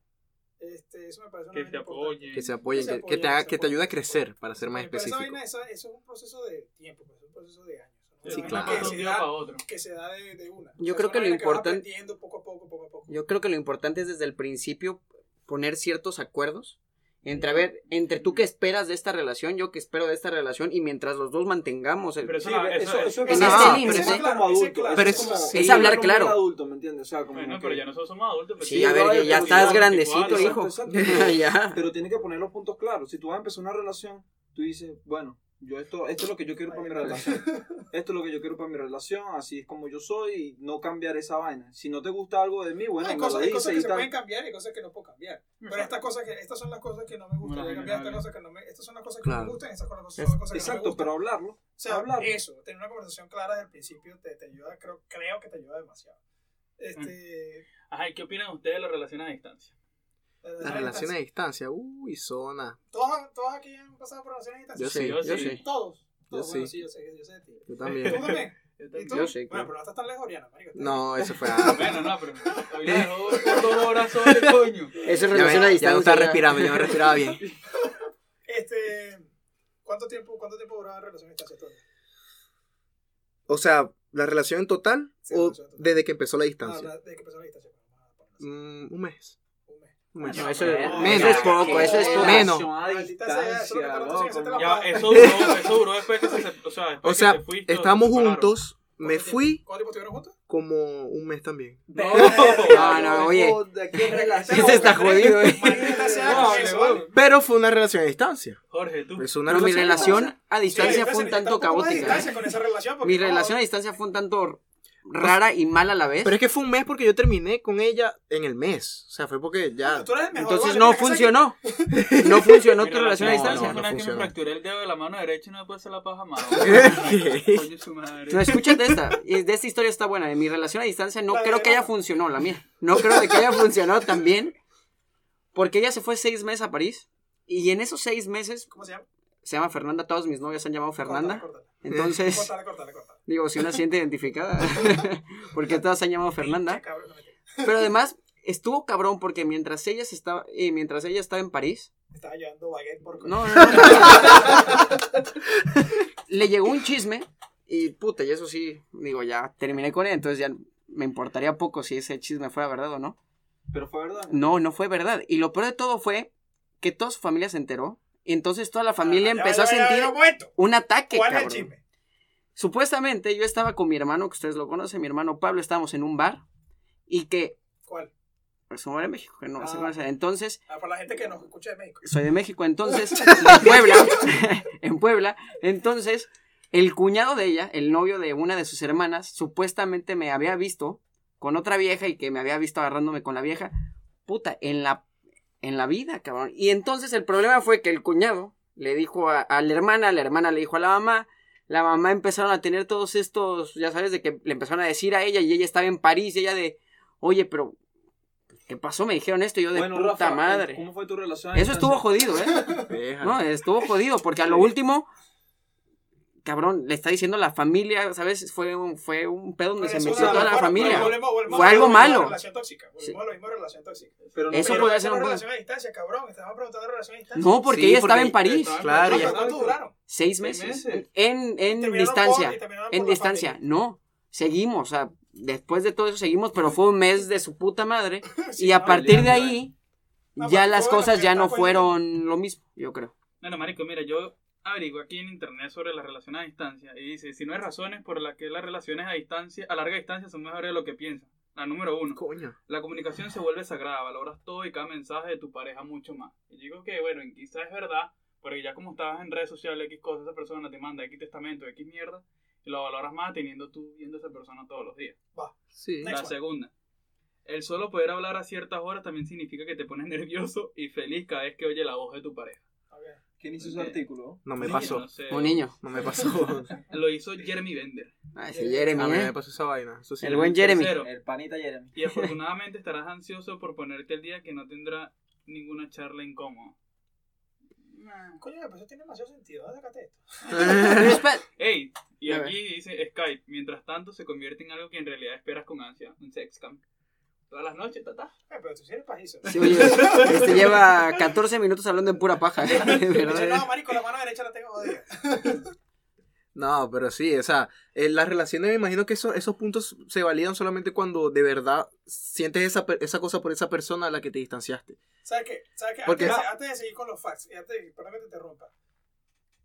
Speaker 5: Este, eso me parece una
Speaker 2: Que
Speaker 5: vaina
Speaker 2: se
Speaker 5: importante.
Speaker 2: apoyen.
Speaker 3: Que se apoyen,
Speaker 5: se
Speaker 3: que, que te,
Speaker 5: apoyen,
Speaker 3: haga-
Speaker 5: se
Speaker 3: que te ayude a
Speaker 5: apoyen.
Speaker 3: crecer, para ser más
Speaker 5: Pero esa
Speaker 3: específico.
Speaker 5: vaina, esa- eso es un proceso de tiempo, pues, es un proceso de años. ¿no?
Speaker 3: Sí,
Speaker 5: No es
Speaker 3: claro.
Speaker 5: una
Speaker 2: Que
Speaker 5: Que
Speaker 2: se
Speaker 5: se
Speaker 2: diga para
Speaker 5: da,
Speaker 2: otro.
Speaker 5: que se da de, de una.
Speaker 4: Yo
Speaker 5: O
Speaker 4: creo
Speaker 5: sea, es
Speaker 4: que
Speaker 5: una
Speaker 4: lo
Speaker 5: vaina vas
Speaker 4: importan-
Speaker 5: aprendiendo poco a poco, poco a poco.
Speaker 4: Yo creo que lo importante es desde el principio poner ciertos acuerdos entre a ver, entre tú que esperas de esta relación, yo que espero de esta relación y mientras los dos mantengamos el-
Speaker 2: Pero eso,
Speaker 1: Sí,
Speaker 2: la-
Speaker 1: eso,
Speaker 2: eso-
Speaker 1: eso
Speaker 4: en
Speaker 1: es,
Speaker 4: este
Speaker 1: Ajá,
Speaker 4: límite,
Speaker 1: pero eso es
Speaker 5: ¿eh?
Speaker 1: como
Speaker 5: Ese
Speaker 1: adulto.
Speaker 5: claro,
Speaker 1: eso
Speaker 4: ese
Speaker 1: es, como-
Speaker 4: claro.
Speaker 1: sí,
Speaker 4: Es hablar
Speaker 1: como un
Speaker 4: claro.
Speaker 1: adulto, ¿me entiendes? O sea, como
Speaker 2: Bueno,
Speaker 1: que-
Speaker 2: pero ya nosotros somos adultos. pues pero
Speaker 4: Sí,
Speaker 1: Sí,
Speaker 4: a ver,
Speaker 1: no,
Speaker 4: ya,
Speaker 1: yo
Speaker 4: ya
Speaker 1: creo que
Speaker 4: estás
Speaker 1: sí,
Speaker 4: grandecito, hijo.
Speaker 1: exacto, exacto.
Speaker 4: ya.
Speaker 1: Pero tienes que poner los puntos claros. Si tú vas a empezar una relación, tú dices, bueno, Yo esto, esto es lo que yo quiero para mi relación. Esto es lo que yo quiero para mi relación, así es como yo soy y no cambiar esa vaina. Si no te gusta algo de mí, bueno,
Speaker 5: hay
Speaker 1: me lo
Speaker 5: cosas, hay cosas
Speaker 1: dices
Speaker 5: que
Speaker 1: y
Speaker 5: se
Speaker 1: tal.
Speaker 5: pueden cambiar y hay cosas que no puedo cambiar. Pero estas cosas que, estas son las cosas que no me gustan.
Speaker 2: Bueno,
Speaker 5: voy a cambiar, estas
Speaker 2: general.
Speaker 5: cosas que no me, estas son las cosas que me
Speaker 4: Claro.
Speaker 5: gustan, estas son las cosas,
Speaker 4: Es-
Speaker 5: son las cosas que no me
Speaker 1: Exacto,
Speaker 5: gustan.
Speaker 1: pero hablarlo.
Speaker 5: O sea,
Speaker 1: hablar.
Speaker 5: eso, tener una conversación clara desde el principio te, te ayuda, creo, creo que te ayuda demasiado. Este,
Speaker 2: Ajá, ¿y qué opinan ustedes de las relaciones a distancia?
Speaker 3: Las relaciones a distancia. Uy, zona.
Speaker 5: ¿Todos, han- todos aquí han pasado por relaciones a distancia.
Speaker 3: Yo sí,
Speaker 2: yo
Speaker 4: yo
Speaker 2: sí.
Speaker 4: sí.
Speaker 5: Todos. todos.
Speaker 3: Yo sí.
Speaker 5: bueno, sí, yo sé, yo sé de ti.
Speaker 3: Yo
Speaker 5: ¿Tú
Speaker 3: también.
Speaker 5: también? ¿Y tú?
Speaker 4: Yo sí,
Speaker 5: Bueno,
Speaker 4: claro.
Speaker 5: pero no estás tan lejos, Oriana, marico.
Speaker 3: No, eso fue ah, antes.
Speaker 2: Bueno, no, pero hoy la
Speaker 3: Eh.
Speaker 2: dejó por dos horas sola, coño.
Speaker 4: Esa relación
Speaker 3: Ya,
Speaker 4: a
Speaker 3: me, ya no
Speaker 4: distancia.
Speaker 3: estaba respirando, yo no respiraba bien.
Speaker 5: Este, ¿cuánto tiempo, cuánto tiempo duraba la relación a distancia? Tony?
Speaker 3: O sea, la relación en total
Speaker 5: Sí, la
Speaker 3: o
Speaker 5: relación en total.
Speaker 3: desde que empezó la
Speaker 5: No,
Speaker 3: distancia.
Speaker 5: Ah, la- desde que empezó la distancia. pero vamos a ponerlo así,
Speaker 3: Mm, un mes.
Speaker 5: un mes.
Speaker 3: Un mes.
Speaker 4: No, eso,
Speaker 2: No,
Speaker 4: menos,
Speaker 2: ya,
Speaker 4: es poco, eso es poco.
Speaker 3: Menos.
Speaker 1: A
Speaker 5: Maldita sea, eso es lo que
Speaker 1: distancia,
Speaker 5: tanto se
Speaker 1: loco.
Speaker 5: siente la
Speaker 2: Ya, eso duró, eso duró después que se, sep- o sea, después
Speaker 3: O sea,
Speaker 2: que te fuiste,
Speaker 3: estábamos
Speaker 2: se separaron.
Speaker 3: juntos, me
Speaker 5: ¿Cuánto tiempo-
Speaker 3: fui
Speaker 5: ¿Cuánto tiempo estuvieron juntos?
Speaker 3: como un mes también.
Speaker 1: No,
Speaker 4: No, no, oye.
Speaker 1: ¿Qué relación?
Speaker 4: Ese está jodido, eh.
Speaker 5: Maldita sea
Speaker 2: No,
Speaker 5: con
Speaker 2: me
Speaker 5: eso,
Speaker 2: voy.
Speaker 5: vale.
Speaker 3: Pero fue una relación a distancia.
Speaker 2: Jorge, tú.
Speaker 3: Es una
Speaker 4: Pero mi
Speaker 3: relación
Speaker 4: relación a distancia fue
Speaker 5: Sí,
Speaker 4: un
Speaker 5: pero se necesita
Speaker 4: tanto
Speaker 5: poco más de
Speaker 4: caótica. ¿eh?
Speaker 5: distancia con esa relación, porque
Speaker 4: Mi
Speaker 5: no,
Speaker 4: relación a distancia fue un tanto rara y mala a la vez.
Speaker 3: Pero es que fue un mes porque yo terminé con ella en el mes. O sea, fue porque ya.
Speaker 5: Tú eres el mejor.
Speaker 4: Entonces
Speaker 5: vale,
Speaker 4: no
Speaker 5: porque esa-
Speaker 4: funcionó. No funcionó tu
Speaker 2: Mira,
Speaker 4: relación a
Speaker 2: no,
Speaker 4: distancia.
Speaker 2: No, fue una
Speaker 3: no
Speaker 2: vez que me
Speaker 3: funcionó.
Speaker 2: fracturé el dedo de la mano derecha y no me pude hacer la paja más. Coño, su madre.
Speaker 4: No, escúchate esta. y De esta historia está buena. De mi relación a distancia no
Speaker 5: La de
Speaker 4: creo que haya
Speaker 5: Ivana.
Speaker 4: funcionado la mía. No creo de que haya funcionado también. Porque ella se fue seis meses a París. Y en esos seis meses,
Speaker 5: ¿Cómo se llama?
Speaker 4: se llama Fernanda, todas mis novias se han llamado Fernanda.
Speaker 5: Córtala, córtala.
Speaker 4: Entonces,
Speaker 5: Córtala, córtala, córtala.
Speaker 4: digo, si una se siente identificada, porque todas se han llamado Fernanda.
Speaker 5: Qué cabrón, no me entiendes.
Speaker 4: Pero además, estuvo cabrón porque mientras ella, se estaba, eh, mientras ella estaba en París,
Speaker 5: Me Estaba llevando baguette por
Speaker 4: No, no, no. Le llegó un chisme y puta, y eso sí, digo, ya terminé con él, entonces ya me importaría poco si ese chisme fuera verdad o no.
Speaker 1: Pero fue verdad.
Speaker 4: No, no fue verdad. Y lo peor de todo fue que toda su familia se enteró y entonces toda la familia
Speaker 5: Ya,
Speaker 4: empezó
Speaker 5: ya, ya,
Speaker 4: a
Speaker 5: ya,
Speaker 4: sentir
Speaker 5: ya, momento.
Speaker 4: un ataque,
Speaker 5: ¿Cuál es el
Speaker 4: cabrón.
Speaker 5: chisme?
Speaker 4: Supuestamente yo estaba con mi hermano, que ustedes lo conocen, mi hermano Pablo, estábamos en un bar y que,
Speaker 5: ¿Cuál?
Speaker 4: pues, un bar en México, que no, se
Speaker 5: Ah.
Speaker 4: conoce. entonces
Speaker 5: Ah, para la gente que nos escucha de México.
Speaker 4: soy de México, entonces, en Puebla, en Puebla, entonces, el cuñado de ella, el novio de una de sus hermanas, supuestamente me había visto con otra vieja y que me había visto agarrándome con la vieja, puta, en la, en la vida, cabrón. Y entonces el problema fue que el cuñado le dijo a, a la hermana, la hermana le dijo a la mamá, la mamá empezaron a tener todos estos, ya sabes, de que le empezaron a decir a ella y ella estaba en París y ella de, oye, pero... ¿Qué pasó? Me dijeron esto y yo de
Speaker 1: Bueno,
Speaker 4: puta
Speaker 1: Rafa,
Speaker 4: madre.
Speaker 1: ¿cómo fue tu relación?
Speaker 3: Ah,
Speaker 1: a
Speaker 4: Eso estuvo
Speaker 1: distancia?
Speaker 4: jodido, ¿eh? No, estuvo jodido, porque a lo último, cabrón, le está diciendo la familia, ¿sabes? Fue un, fue un pedo donde se
Speaker 5: Eso
Speaker 4: metió
Speaker 5: es
Speaker 4: toda
Speaker 5: una-
Speaker 4: la
Speaker 5: bueno,
Speaker 4: familia.
Speaker 5: volvemos- volvemos
Speaker 4: Fue
Speaker 5: a
Speaker 4: algo
Speaker 5: lo mismo de
Speaker 4: malo.
Speaker 5: Relación tóxica. Volvemos
Speaker 4: Sí.
Speaker 5: a lo mismo de relación tóxica.
Speaker 1: Pero
Speaker 4: Eso
Speaker 5: Pero
Speaker 4: podía
Speaker 5: esa
Speaker 4: ser
Speaker 5: no es
Speaker 4: un buen-
Speaker 5: relación a distancia, cabrón. Estábamos preguntando relación a distancia.
Speaker 4: No, porque
Speaker 3: Sí,
Speaker 4: ella estaba
Speaker 3: porque-
Speaker 4: en París.
Speaker 2: Estaba en
Speaker 3: Claro,
Speaker 5: No,
Speaker 3: ya.
Speaker 5: pero ¿Cuánto duraron?
Speaker 4: Seis
Speaker 2: Seis
Speaker 4: meses.
Speaker 2: meses.
Speaker 4: En, en
Speaker 5: Terminaron
Speaker 4: distancia.
Speaker 5: por- y terminaron
Speaker 4: En
Speaker 5: por la
Speaker 4: distancia.
Speaker 5: familia.
Speaker 4: No, seguimos. O sea, después de todo eso seguimos, pero fue un mes de su puta madre.
Speaker 5: Sí,
Speaker 4: Y a
Speaker 5: no,
Speaker 4: partir de
Speaker 1: ya,
Speaker 4: ahí,
Speaker 5: No,
Speaker 4: ya
Speaker 5: porque
Speaker 4: las
Speaker 5: fue ¿eh? la
Speaker 4: cosas ya no
Speaker 5: primera
Speaker 4: fueron lo mismo, yo creo.
Speaker 2: No, no, marico, mira, yo averiguo aquí en internet sobre las relaciones a distancia y dice, si no hay razones por las que las relaciones a distancia, a larga distancia son mejores de lo que piensan. La número uno,
Speaker 3: Coño.
Speaker 2: la comunicación se vuelve sagrada, valoras todo y cada mensaje de tu pareja mucho más. Y digo que, bueno, y quizás es verdad, porque ya como estabas en redes sociales, X cosas, esa persona te manda X testamento, X mierda, y lo valoras más teniendo tú viendo a esa persona todos los días.
Speaker 3: Sí.
Speaker 5: Next
Speaker 2: La
Speaker 5: one.
Speaker 2: segunda. El solo poder hablar a ciertas horas también significa que te pones nervioso y feliz cada vez que oye la voz de tu pareja.
Speaker 5: Ok.
Speaker 1: ¿Quién hizo ese
Speaker 2: Ok.
Speaker 1: artículo?
Speaker 3: No me pasó.
Speaker 2: No sé,
Speaker 4: Un niño.
Speaker 3: No me pasó.
Speaker 2: Lo hizo Jeremy Bender.
Speaker 4: Ay, sí, Jeremy,
Speaker 3: A mí
Speaker 4: ¿eh?
Speaker 3: me pasó esa vaina. Eso sí.
Speaker 4: El buen Jeremy.
Speaker 2: Tercero,
Speaker 1: El panita Jeremy.
Speaker 2: y afortunadamente estarás ansioso por ponerte el día que no tendrá ninguna charla incómoda.
Speaker 5: Coño, pero eso tiene demasiado sentido. ¿Dónde sacaste esto?
Speaker 4: Pero espera,
Speaker 2: Ey, y
Speaker 4: A ver.
Speaker 2: aquí dice Skype, mientras tanto se convierte en algo que en realidad esperas con ansia, un sexcam. Todas las noches, tata.
Speaker 5: Eh, pero tú sí eres pajizo.
Speaker 4: sí, oye, este lleva 14 minutos hablando en pura paja, ¿eh? De verdad.
Speaker 5: Dice, no, marico, la mano derecha la tengo jodida.
Speaker 3: No, pero sí, o sea, en las relaciones me imagino que eso- esos puntos se validan solamente cuando de verdad sientes esa, per- esa cosa por esa persona a la que te distanciaste.
Speaker 5: ¿Sabes qué? ¿Sabes qué?
Speaker 3: Porque-
Speaker 5: Antes, de- antes de seguir con los facts, y antes de, perdón que te interrumpa.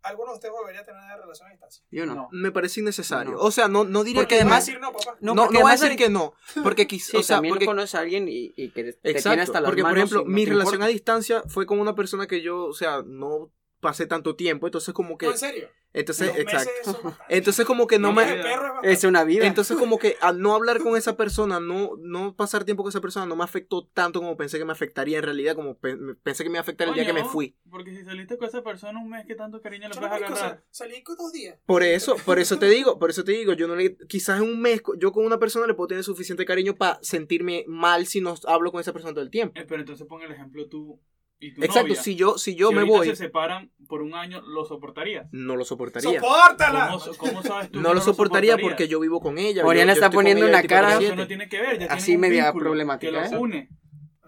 Speaker 5: ¿Alguno de ustedes volvería a tener una relación a distancia?
Speaker 4: Yo no.
Speaker 1: No.
Speaker 3: Me parece innecesario.
Speaker 4: No.
Speaker 3: O sea, no, no diré
Speaker 4: Porque
Speaker 3: que
Speaker 4: además-
Speaker 5: Voy a decir no, papá.
Speaker 3: no,
Speaker 4: No,
Speaker 3: no,
Speaker 4: porque
Speaker 3: voy a
Speaker 4: además
Speaker 3: decir
Speaker 4: el-
Speaker 3: que no, porque quizás,
Speaker 4: Sí,
Speaker 3: o sea,
Speaker 4: también
Speaker 3: porque-
Speaker 4: conoces a alguien y, y que te tiene
Speaker 3: Exacto,
Speaker 4: hasta las
Speaker 3: porque por
Speaker 4: manos
Speaker 3: ejemplo,
Speaker 4: y no
Speaker 3: mi
Speaker 4: te
Speaker 3: relación
Speaker 4: importa.
Speaker 3: a distancia fue con una persona que yo, o sea, no pasé tanto tiempo, entonces como que...
Speaker 5: No, en serio.
Speaker 3: Entonces,
Speaker 5: Dos meses
Speaker 3: exacto.
Speaker 5: eso es bastante.
Speaker 3: Entonces como que no
Speaker 2: No,
Speaker 3: me...
Speaker 5: El perro es bastante.
Speaker 4: Es una vida.
Speaker 3: Entonces como que al no hablar con esa persona, no, no pasar tiempo con esa persona, no me afectó tanto como pensé que me afectaría en realidad, como pe- me- pensé que me iba a afectar el día que
Speaker 2: Coño,
Speaker 3: me fui.
Speaker 2: Porque si saliste con esa persona un mes, que tanto cariño le
Speaker 5: Yo
Speaker 2: vas a
Speaker 5: no puedo
Speaker 2: agarrar?
Speaker 5: cosa, salí con dos días.
Speaker 3: Por eso, por eso te digo, por eso te digo, yo no le, quizás en un mes, co- yo con una persona le puedo tener suficiente cariño para sentirme mal si no hablo con esa persona todo el tiempo.
Speaker 2: Eh, pero entonces pon el ejemplo tú y tu
Speaker 3: Exacto,
Speaker 2: novia.
Speaker 3: si yo, si yo
Speaker 2: Si
Speaker 3: me
Speaker 2: ahorita
Speaker 3: voy,
Speaker 2: se separan por un año, ¿lo soportarías?
Speaker 3: no lo soportaría.
Speaker 5: ¡Sopórtala!
Speaker 2: ¿Cómo, cómo sabes tú? que
Speaker 3: No lo soportaría porque yo vivo con ella. yo-
Speaker 4: Oriana
Speaker 3: yo
Speaker 4: está
Speaker 3: estoy con
Speaker 4: poniendo
Speaker 3: ella
Speaker 4: una cara-
Speaker 3: 24/7.
Speaker 2: Eso no tiene que ver. Ya
Speaker 4: Así
Speaker 2: tienen un
Speaker 4: media
Speaker 2: vínculo
Speaker 4: problemática,
Speaker 2: Que
Speaker 4: ¿eh?
Speaker 2: lo une.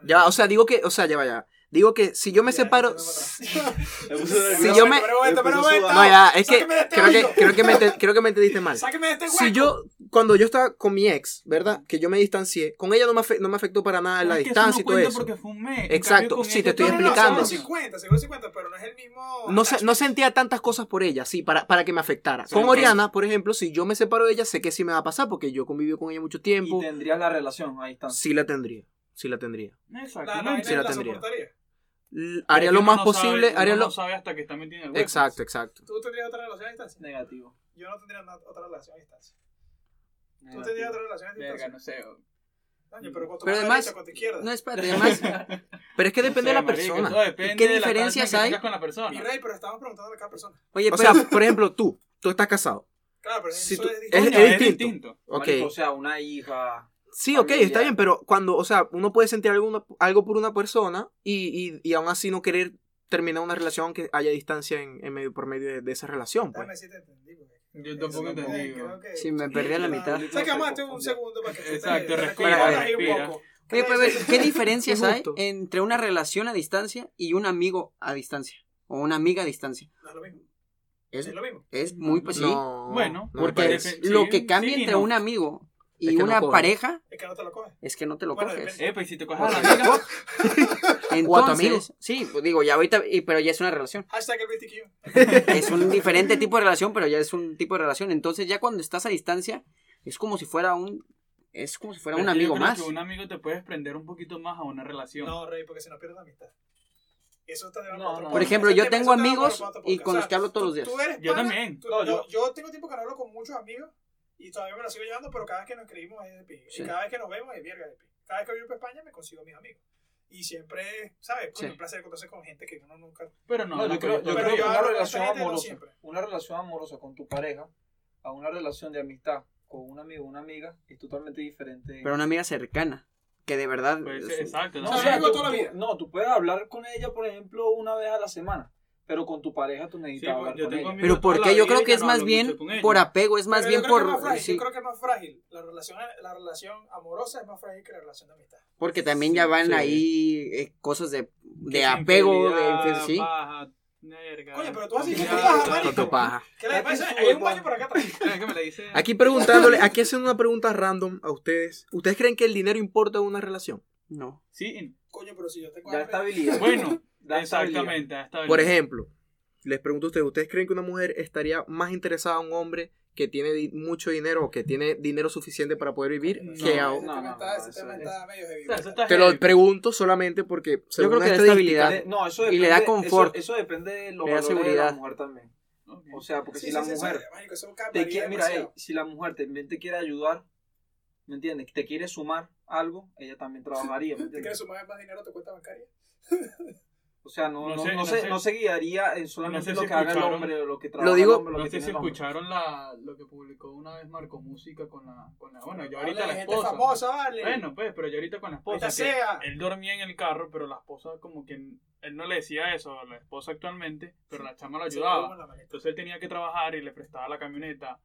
Speaker 3: Ya, o sea, digo que, o sea, ya vaya. Digo que si yo me
Speaker 5: Ya,
Speaker 3: separo.
Speaker 5: eso no
Speaker 3: No,
Speaker 1: Si
Speaker 3: yo me-
Speaker 5: Pero bueno, pero bueno.
Speaker 3: ya, es que
Speaker 5: Sáqueme de este
Speaker 3: creo que,
Speaker 5: hoyo.
Speaker 3: creo que me, ente- creo que me entendiste mal.
Speaker 5: Sáqueme de este hueco.
Speaker 3: Si yo, cuando yo estaba con mi ex, ¿verdad? Que yo me distancié, con ella no me, afe- no me afectó para nada
Speaker 2: Pero
Speaker 3: la
Speaker 2: es que
Speaker 3: distancia
Speaker 2: no
Speaker 3: y todo
Speaker 2: cuenta
Speaker 3: eso.
Speaker 2: Porque fue un mes. En
Speaker 3: Exacto,
Speaker 2: cambio, con
Speaker 3: sí, te
Speaker 2: ella
Speaker 3: estoy
Speaker 2: tú
Speaker 5: no,
Speaker 2: eres
Speaker 3: explicando.
Speaker 2: más
Speaker 5: Seguro
Speaker 2: años.
Speaker 5: 50, seguro 50, pero no es el mismo.
Speaker 3: No, se- no sentía tantas cosas por ella, sí, para, para que me afectara.
Speaker 2: Sí,
Speaker 3: con
Speaker 2: entonces-
Speaker 3: Oriana, por ejemplo, si yo me separo de ella, sé que sí me va a pasar porque yo conviví con ella mucho
Speaker 1: Y
Speaker 3: tiempo.
Speaker 1: tendrías la relación a distancia.
Speaker 3: Sí la tendría, sí la tendría.
Speaker 5: La,
Speaker 2: Exactamente.
Speaker 5: la,
Speaker 3: Sí, la
Speaker 5: la,
Speaker 3: tendría.
Speaker 5: soportaría.
Speaker 3: L-
Speaker 2: Pero
Speaker 3: Haría
Speaker 2: es que
Speaker 3: lo
Speaker 2: uno
Speaker 3: más
Speaker 2: no
Speaker 3: posible,
Speaker 2: sabe-
Speaker 3: haría
Speaker 2: uno
Speaker 3: lo...
Speaker 2: no sabe pues. hasta que está metido en el hueco.
Speaker 3: Exacto, exacto.
Speaker 5: ¿Tú tendrías otra relación a distancia?
Speaker 1: Negativo.
Speaker 5: Yo no tendría na- otra relación a distancia. ¿Tú tendrías
Speaker 1: Negativo.
Speaker 5: otra relación a
Speaker 2: Verga,
Speaker 5: distancia?
Speaker 2: no sé.
Speaker 5: Coño, pero con tu
Speaker 4: Pero
Speaker 5: mano
Speaker 4: además-
Speaker 5: derecha, con tu izquierda.
Speaker 4: No, espérate, además,
Speaker 3: Pero es que depende de la persona.
Speaker 2: eh,
Speaker 4: ¿Qué diferencias hay?
Speaker 2: Con la
Speaker 5: Mi
Speaker 2: persona.
Speaker 5: rey, pero estamos preguntando a cada persona.
Speaker 4: oye,
Speaker 3: O
Speaker 4: pero,
Speaker 3: sea, por ejemplo, tú, tú estás casado.
Speaker 5: Claro, pero
Speaker 3: Si
Speaker 5: eso
Speaker 3: tú-
Speaker 5: es
Speaker 3: Es-
Speaker 5: distinto.
Speaker 2: Coño,
Speaker 3: es distinto. Ok.
Speaker 1: Marico, O sea, una hija.
Speaker 3: Sí,
Speaker 1: Está
Speaker 3: ok,
Speaker 1: bien,
Speaker 3: está
Speaker 1: ya.
Speaker 3: bien, pero cuando, o sea, uno puede sentir alguna- algo por una persona y, y, y aún así no querer terminar una relación que haya distancia en, en medio, por medio de, de esa relación, pues.
Speaker 5: Dame si te entendí. güey.
Speaker 2: Yo tampoco
Speaker 1: Eso
Speaker 2: entendí.
Speaker 5: Creo
Speaker 2: güey.
Speaker 5: que-
Speaker 4: si me perdí a la mitad.
Speaker 5: O sea, que amaste un segundo para que tú te-
Speaker 2: Exacto,
Speaker 5: te
Speaker 2: respira,
Speaker 5: recojas ahí
Speaker 2: respira.
Speaker 5: un poco.
Speaker 4: Oye, pues, pero a ver, ¿qué diferencias hay
Speaker 3: Justo.
Speaker 4: entre una relación a distancia y un amigo a distancia? O una amiga a distancia.
Speaker 5: No es lo mismo.
Speaker 4: Es,
Speaker 5: Es lo mismo.
Speaker 4: es muy pues sí,
Speaker 3: No,
Speaker 2: Bueno,
Speaker 3: no me
Speaker 4: Porque
Speaker 3: parece.
Speaker 2: depe-
Speaker 4: lo
Speaker 2: sí,
Speaker 4: que cambia
Speaker 2: sí y
Speaker 4: entre
Speaker 2: no.
Speaker 4: un amigo y
Speaker 3: Es que no
Speaker 4: una
Speaker 3: coge.
Speaker 4: pareja
Speaker 5: Es que no te lo coges.
Speaker 4: es que no te lo
Speaker 5: Bueno,
Speaker 4: coges.
Speaker 5: depende.
Speaker 2: Epa, y si te coges a la amiga.
Speaker 3: O a tu amigo.
Speaker 4: Entonces, sí, pues digo, ya ahorita, y- pero ya es una relación.
Speaker 5: Hashtag el BTQ.
Speaker 4: Es un diferente tipo de relación, pero ya es un tipo de relación. Entonces, ya cuando estás a distancia, es como si fuera un, es como si fuera un
Speaker 2: Pero yo
Speaker 4: amigo
Speaker 2: creo
Speaker 4: más.
Speaker 2: que Un amigo te puedes prender un poquito más a una relación.
Speaker 5: No, Rey, porque si no pierdes la amistad. Eso está de
Speaker 1: No, no.
Speaker 4: Por ejemplo, yo tengo amigos y con los que hablo todos los días.
Speaker 5: Tú eres
Speaker 2: Yo
Speaker 5: pana,
Speaker 2: también.
Speaker 5: tú-
Speaker 1: No,
Speaker 5: yo,
Speaker 1: yo-
Speaker 5: yo tengo tiempo que no hablo con muchos amigos y todavía me lo sigo llevando, pero cada vez que nos escribimos es de pi.
Speaker 4: Sí.
Speaker 5: Y cada vez que nos vemos es verga de pi. Cada vez que vivo en España me consigo mis amigos. Y siempre, ¿sabes? Coño,
Speaker 4: Sí.
Speaker 5: un placer encontrarse con gente que uno nunca.
Speaker 2: Pero no,
Speaker 1: No, yo
Speaker 2: no,
Speaker 1: creo, yo
Speaker 5: pero
Speaker 1: creo
Speaker 5: yo
Speaker 1: que una
Speaker 5: hablo con
Speaker 1: relación
Speaker 5: gente, no
Speaker 1: amorosa,
Speaker 5: siempre.
Speaker 1: una relación amorosa con tu pareja, a una relación de amistad con un amigo o una amiga, es totalmente diferente.
Speaker 4: Pero una amiga cercana, que de verdad...
Speaker 2: Pues,
Speaker 4: es-
Speaker 2: exacto.
Speaker 1: no,
Speaker 5: o
Speaker 1: o
Speaker 5: sea,
Speaker 1: sea,
Speaker 5: amigo
Speaker 1: tú,
Speaker 5: toda la
Speaker 1: tú-
Speaker 5: vida.
Speaker 1: no, tú puedes hablar con ella, por ejemplo, una vez a la semana, pero con tu pareja tú
Speaker 2: Sí,
Speaker 1: necesitas
Speaker 2: pues,
Speaker 1: hablar
Speaker 2: yo
Speaker 1: con
Speaker 2: tengo
Speaker 1: ella.
Speaker 2: amigos
Speaker 4: pero
Speaker 2: toda la
Speaker 4: porque yo
Speaker 2: vida
Speaker 4: creo
Speaker 2: y
Speaker 4: que es
Speaker 2: no
Speaker 4: más
Speaker 2: hablo
Speaker 4: bien
Speaker 2: mucho con ellos.
Speaker 4: por apego, es más
Speaker 5: Pero
Speaker 4: bien
Speaker 5: yo creo que es
Speaker 4: por...
Speaker 5: más frágil,
Speaker 4: sí,
Speaker 5: Yo creo que es más frágil. La relación, la relación amorosa es más frágil que la relación de amistad.
Speaker 4: porque también
Speaker 3: Sí,
Speaker 4: ya van
Speaker 3: sí.
Speaker 4: ahí eh, cosas de, de
Speaker 2: Que
Speaker 4: apego, de...
Speaker 2: infidelidad,
Speaker 4: infi- sí.
Speaker 2: paja, verga,
Speaker 5: Coño, pero tú has dicho que
Speaker 2: ya,
Speaker 5: tú vas a
Speaker 2: ya.
Speaker 5: amar y-
Speaker 3: Tonto paja.
Speaker 5: ¿Qué le
Speaker 1: Aquí
Speaker 5: pasa?
Speaker 1: sube,
Speaker 5: Hay un
Speaker 1: pa.
Speaker 5: baño por acá atrás.
Speaker 2: Mira, que me la dice.
Speaker 3: Aquí preguntándole, aquí haciendo una pregunta random a ustedes. ¿Ustedes creen que el dinero importa en una relación?
Speaker 4: No.
Speaker 2: Sí,
Speaker 5: Coño, pero si yo tengo
Speaker 1: Da
Speaker 5: hambre.
Speaker 1: estabilidad.
Speaker 2: bueno,
Speaker 1: da estabilidad.
Speaker 2: exactamente. está bien.
Speaker 3: Por ejemplo, les pregunto a ustedes, ¿ustedes creen que una mujer estaría más interesada a un hombre que tiene di- mucho dinero o que tiene dinero suficiente para poder vivir
Speaker 5: No,
Speaker 3: que a
Speaker 5: no,
Speaker 1: no, no,
Speaker 5: está-
Speaker 1: no,
Speaker 5: ese
Speaker 1: eso
Speaker 5: este tema
Speaker 1: es-
Speaker 5: está medio heavy.
Speaker 2: O sea, eso está
Speaker 3: Te lo
Speaker 2: heavy.
Speaker 3: pregunto solamente porque
Speaker 4: Eh,
Speaker 3: según
Speaker 4: creo que
Speaker 3: una
Speaker 4: da
Speaker 3: estadística-
Speaker 4: estabilidad.
Speaker 1: De- no, eso
Speaker 4: Y
Speaker 1: depende,
Speaker 4: le da confort.
Speaker 1: Eso, eso depende de los
Speaker 4: Le da
Speaker 1: valores de
Speaker 4: seguridad.
Speaker 1: la mujer también.
Speaker 2: Ok.
Speaker 1: O sea, porque
Speaker 5: Sí,
Speaker 1: si
Speaker 5: sí,
Speaker 1: la
Speaker 5: sí, eso-
Speaker 1: mujer
Speaker 5: marico, eso
Speaker 1: te
Speaker 5: cambiaría
Speaker 1: quiere- mira, eh,
Speaker 5: demasiado.
Speaker 1: ey, si la mujer también te quiere ayudar, ¿me entiendes? Te quiere sumar algo, ella también trabajaría, ¿me
Speaker 5: ¿Te
Speaker 1: entiendes?
Speaker 5: quieres sumar más dinero a tu cuenta bancaria?
Speaker 1: O sea, no,
Speaker 2: No
Speaker 1: no,
Speaker 2: sé,
Speaker 1: no
Speaker 2: no
Speaker 1: se,
Speaker 2: sé.
Speaker 1: no se guiaría en solamente
Speaker 2: No sé
Speaker 1: lo
Speaker 2: si
Speaker 1: que haga el
Speaker 2: escucharon.
Speaker 1: hombre o lo que trabaja
Speaker 3: digo-
Speaker 1: el hombre. lo
Speaker 2: No sé
Speaker 1: que tiene
Speaker 2: si
Speaker 1: el hombre.
Speaker 2: escucharon la, lo que publicó una vez Marco Música con la, con la bueno, yo
Speaker 5: Habla
Speaker 2: ahorita
Speaker 5: de
Speaker 2: la
Speaker 5: gente
Speaker 2: esposa.
Speaker 5: famosa, vale.
Speaker 2: Bueno, pues, pero yo ahorita con la esposa.
Speaker 5: Maldita
Speaker 2: que
Speaker 5: sea.
Speaker 2: Él dormía en el carro, pero la esposa como que él no le decía eso a la esposa actualmente, pero la chama lo
Speaker 5: Se lo llevo
Speaker 2: ayudaba.
Speaker 5: en la maleta.
Speaker 2: Entonces él tenía que trabajar y le prestaba la camioneta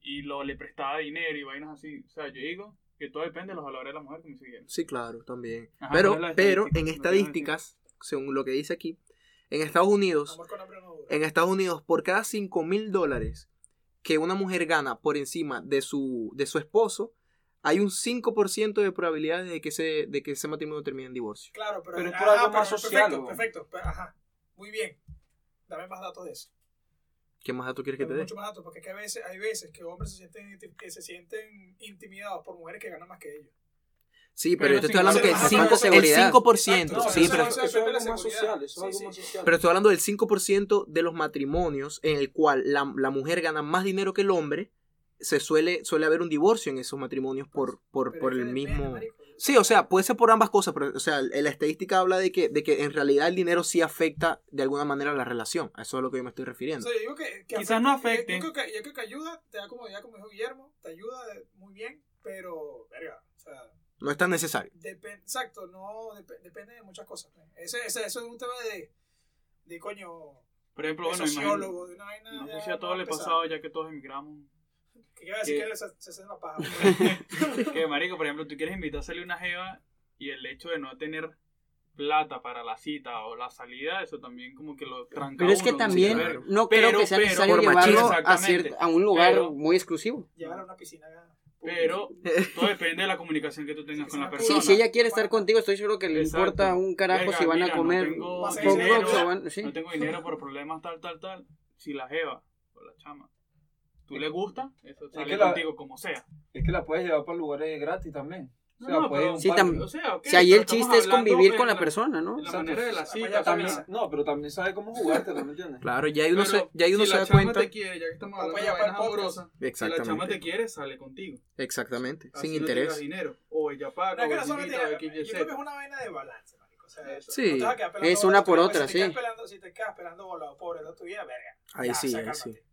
Speaker 2: y lo le prestaba dinero y vainas así. O sea, yo digo que todo depende de los valores de la mujer, como si bien.
Speaker 3: Sí, claro, también.
Speaker 2: Ajá,
Speaker 3: pero,
Speaker 2: pero las
Speaker 3: pero
Speaker 2: estadísticas,
Speaker 3: en
Speaker 2: no quiero
Speaker 3: estadísticas, según lo que dice aquí, en Estados Unidos,
Speaker 5: Amor con hambre no dura.
Speaker 3: en Estados Unidos, por cada 5 mil dólares que una mujer gana por encima de su, de su esposo, hay un 5% de probabilidades de que, ese, de que ese matrimonio termine en divorcio.
Speaker 5: Claro, pero,
Speaker 1: Pero es por algo más social,
Speaker 5: Perfecto,
Speaker 1: güey.
Speaker 5: perfecto. pero- ajá. Muy bien. Dame más datos de eso.
Speaker 3: ¿Qué más dato quieres que te
Speaker 5: Dame
Speaker 3: dé?
Speaker 5: mucho más datos, porque es que a veces, hay veces que hombres se sienten, inti- que se sienten intimidados por mujeres que ganan más que ellos.
Speaker 3: Sí, pero,
Speaker 2: Pero
Speaker 3: yo te
Speaker 2: sin
Speaker 3: estoy hablando que el
Speaker 5: conocer
Speaker 4: más
Speaker 3: 5%,
Speaker 4: cosas. Falta
Speaker 3: el
Speaker 4: seguridad.
Speaker 3: 5%
Speaker 5: Exacto, no,
Speaker 3: sí,
Speaker 5: Ah, eso
Speaker 3: pero,
Speaker 5: no es-
Speaker 1: eso es algo
Speaker 5: Sí,
Speaker 1: más
Speaker 5: sí.
Speaker 1: social, eso es
Speaker 5: Sí,
Speaker 1: algo
Speaker 5: sí.
Speaker 1: más social.
Speaker 3: pero estoy hablando del 5% de los matrimonios en el cual la, la mujer gana más dinero que el hombre, se suele, suele haber un divorcio en esos matrimonios por, por,
Speaker 5: Pero
Speaker 3: por
Speaker 5: es
Speaker 3: el
Speaker 5: que
Speaker 3: mismo...
Speaker 5: depende, marico.
Speaker 3: Sí, o sea, puede ser por ambas cosas, pero o sea, la estadística habla de que, de que en realidad el dinero sí afecta de alguna manera la relación. A eso es a lo que yo me estoy
Speaker 5: O
Speaker 3: refiriendo.
Speaker 5: sea, yo digo que, que
Speaker 2: Quizás no afecte.
Speaker 5: Yo, yo creo que, yo creo que ayuda, te da comodidad, como dijo Guillermo, te ayuda de- muy bien, pero, verga, o sea,
Speaker 3: No es tan necesario.
Speaker 5: depen- exacto, no, depe- depende de muchas cosas. ¿no? Ese, ese- eso es un tema de, de coño,
Speaker 2: Por ejemplo,
Speaker 5: de
Speaker 2: bueno, imagino-
Speaker 5: sociólogo, de una vaina.
Speaker 2: no sé
Speaker 5: ya
Speaker 2: si a todos
Speaker 5: más
Speaker 2: le
Speaker 5: pesada.
Speaker 2: pasaba ya que todos emigramos.
Speaker 5: Que iba a decir
Speaker 2: que-
Speaker 5: que les- se hacen la paja. pues.
Speaker 2: Que marico, por ejemplo, tú quieres invitar a salir una jeva y el hecho de no tener plata para la cita o la salida, eso también como que lo tranca
Speaker 4: Pero es que
Speaker 2: uno, como
Speaker 4: también
Speaker 2: verga.
Speaker 4: no
Speaker 2: Pero-
Speaker 4: creo que sea
Speaker 2: pero-
Speaker 4: necesario
Speaker 3: por
Speaker 4: llevarlo
Speaker 2: machismo,
Speaker 4: a, cier-
Speaker 2: exactamente.
Speaker 4: a un lugar
Speaker 2: Pero-
Speaker 4: muy exclusivo.
Speaker 5: Llevar a una piscina. pública.
Speaker 2: Pero todo depende de la comunicación que tú tengas con la persona.
Speaker 4: Sí, si ella quiere estar contigo, estoy seguro que le
Speaker 2: Exacto.
Speaker 4: importa un carajo
Speaker 2: Venga,
Speaker 4: si van
Speaker 2: mira,
Speaker 4: a
Speaker 2: no
Speaker 4: comer
Speaker 2: tengo
Speaker 4: hot
Speaker 5: dinero,
Speaker 4: dogs o van- sí.
Speaker 2: No tengo dinero por problemas tal, tal, tal. Si la jeva o la chama, tú le gusta, eso sale
Speaker 1: que la-
Speaker 2: contigo como sea.
Speaker 1: Es que la puedes llevar para lugares gratis también. O sea,
Speaker 2: No, no,
Speaker 1: puedes ir a
Speaker 2: pero-
Speaker 1: un
Speaker 4: Sí,
Speaker 1: parque.
Speaker 4: tam-
Speaker 2: O sea, ok,
Speaker 4: Si ahí
Speaker 2: pero
Speaker 4: el chiste
Speaker 2: estamos
Speaker 4: es
Speaker 2: hablando
Speaker 4: convivir
Speaker 2: de
Speaker 4: con la
Speaker 2: la-
Speaker 4: persona, ¿no?
Speaker 2: La
Speaker 1: Exacto.
Speaker 2: manera de la cita,
Speaker 5: Apoyar
Speaker 2: también.
Speaker 1: También- no, pero también sabe cómo jugarte también, ¿entiendes?
Speaker 3: Claro, ya ahí uno
Speaker 2: Pero
Speaker 3: se, ya ahí uno
Speaker 2: si
Speaker 3: se
Speaker 2: la
Speaker 3: da
Speaker 2: chama
Speaker 3: cuenta.
Speaker 2: te quiere, ya que estamos hablando de
Speaker 5: Apoya para el
Speaker 2: vainas
Speaker 5: podcast.
Speaker 2: amorosas. Si la chama te
Speaker 3: Exactamente.
Speaker 2: quiere, sale contigo.
Speaker 3: Exactamente.
Speaker 2: Así
Speaker 3: Sin
Speaker 2: no tengas
Speaker 3: interés.
Speaker 2: dinero. O ella
Speaker 5: No,
Speaker 2: paga,
Speaker 5: es que
Speaker 2: o
Speaker 5: no
Speaker 2: ella
Speaker 5: son
Speaker 2: invita, o
Speaker 5: mentiras. Yo
Speaker 2: X,
Speaker 5: creo que es
Speaker 2: Y,
Speaker 5: una vaina de balance, marico. O sea,
Speaker 3: Sí,
Speaker 5: no te vas a quedar pelando
Speaker 4: es
Speaker 5: bola
Speaker 4: una
Speaker 5: a tu
Speaker 4: por
Speaker 5: primo,
Speaker 4: otra,
Speaker 5: si te quedas
Speaker 4: sí.
Speaker 5: pelando- si te quedas pelando oh, volado por el otro día, verga.
Speaker 3: Ahí
Speaker 5: Ya, o
Speaker 3: sí,
Speaker 5: sea,
Speaker 3: ahí sí.
Speaker 5: cálmate.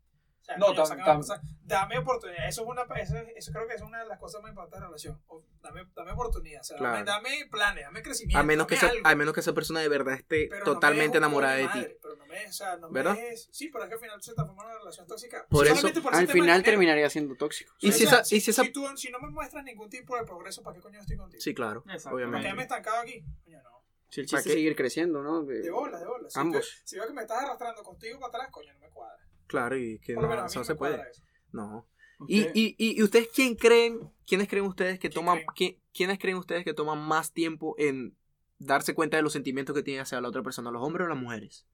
Speaker 5: O sea,
Speaker 1: No,
Speaker 5: coño,
Speaker 1: tam-
Speaker 5: saca-
Speaker 1: tam-
Speaker 5: sa- dame oportunidad. Eso, es una, eso, es- eso creo que es una de las cosas más importantes de la relación. O dame, dame oportunidad. O sea, dame,
Speaker 3: Claro.
Speaker 5: dame planes, dame crecimiento.
Speaker 3: A menos, que
Speaker 5: dame
Speaker 3: esa,
Speaker 5: algo.
Speaker 3: a menos que esa persona de verdad esté
Speaker 5: Pero no me
Speaker 3: totalmente
Speaker 5: dejes
Speaker 3: enamorada de
Speaker 5: joder,
Speaker 3: ti.
Speaker 5: madre, Pero no me dejes, o sea, no me
Speaker 3: ¿Verdad?
Speaker 5: dejes- Sí, pero es que al final se transforma en una relación tóxica.
Speaker 3: Por eso,
Speaker 5: Solamente por ese
Speaker 4: Al
Speaker 5: tema de
Speaker 4: final
Speaker 5: dinero.
Speaker 4: terminaría siendo tóxico.
Speaker 3: Y
Speaker 5: O
Speaker 3: si
Speaker 5: sea,
Speaker 3: esa- y si esa-
Speaker 5: tú- si no me muestras ningún tipo de progreso, ¿para qué coño estoy contigo?
Speaker 3: Sí, claro.
Speaker 2: Exacto.
Speaker 5: ¿Para
Speaker 3: Obviamente.
Speaker 5: qué me he estancado aquí? Coño, no.
Speaker 3: pues Sí,
Speaker 4: El chiste es seguir creciendo, ¿no?
Speaker 5: De bolas, de bolas. Si
Speaker 4: Ambos.
Speaker 5: te- si veo que me estás arrastrando contigo para atrás, coño, no me cuadra.
Speaker 3: Claro, y que
Speaker 5: Por lo
Speaker 3: no,
Speaker 5: menos a mí
Speaker 3: eso
Speaker 5: no
Speaker 3: no se
Speaker 5: me cuadra
Speaker 3: puede.
Speaker 5: eso.
Speaker 3: No. Y,
Speaker 2: Ok.
Speaker 3: y, y, y ustedes quién creen, quiénes creen ustedes que
Speaker 5: ¿Quién
Speaker 3: toman,
Speaker 5: creen?
Speaker 3: quién- quiénes creen ustedes que toman más tiempo en darse cuenta de los sentimientos que tiene hacia la otra persona, los hombres o las mujeres?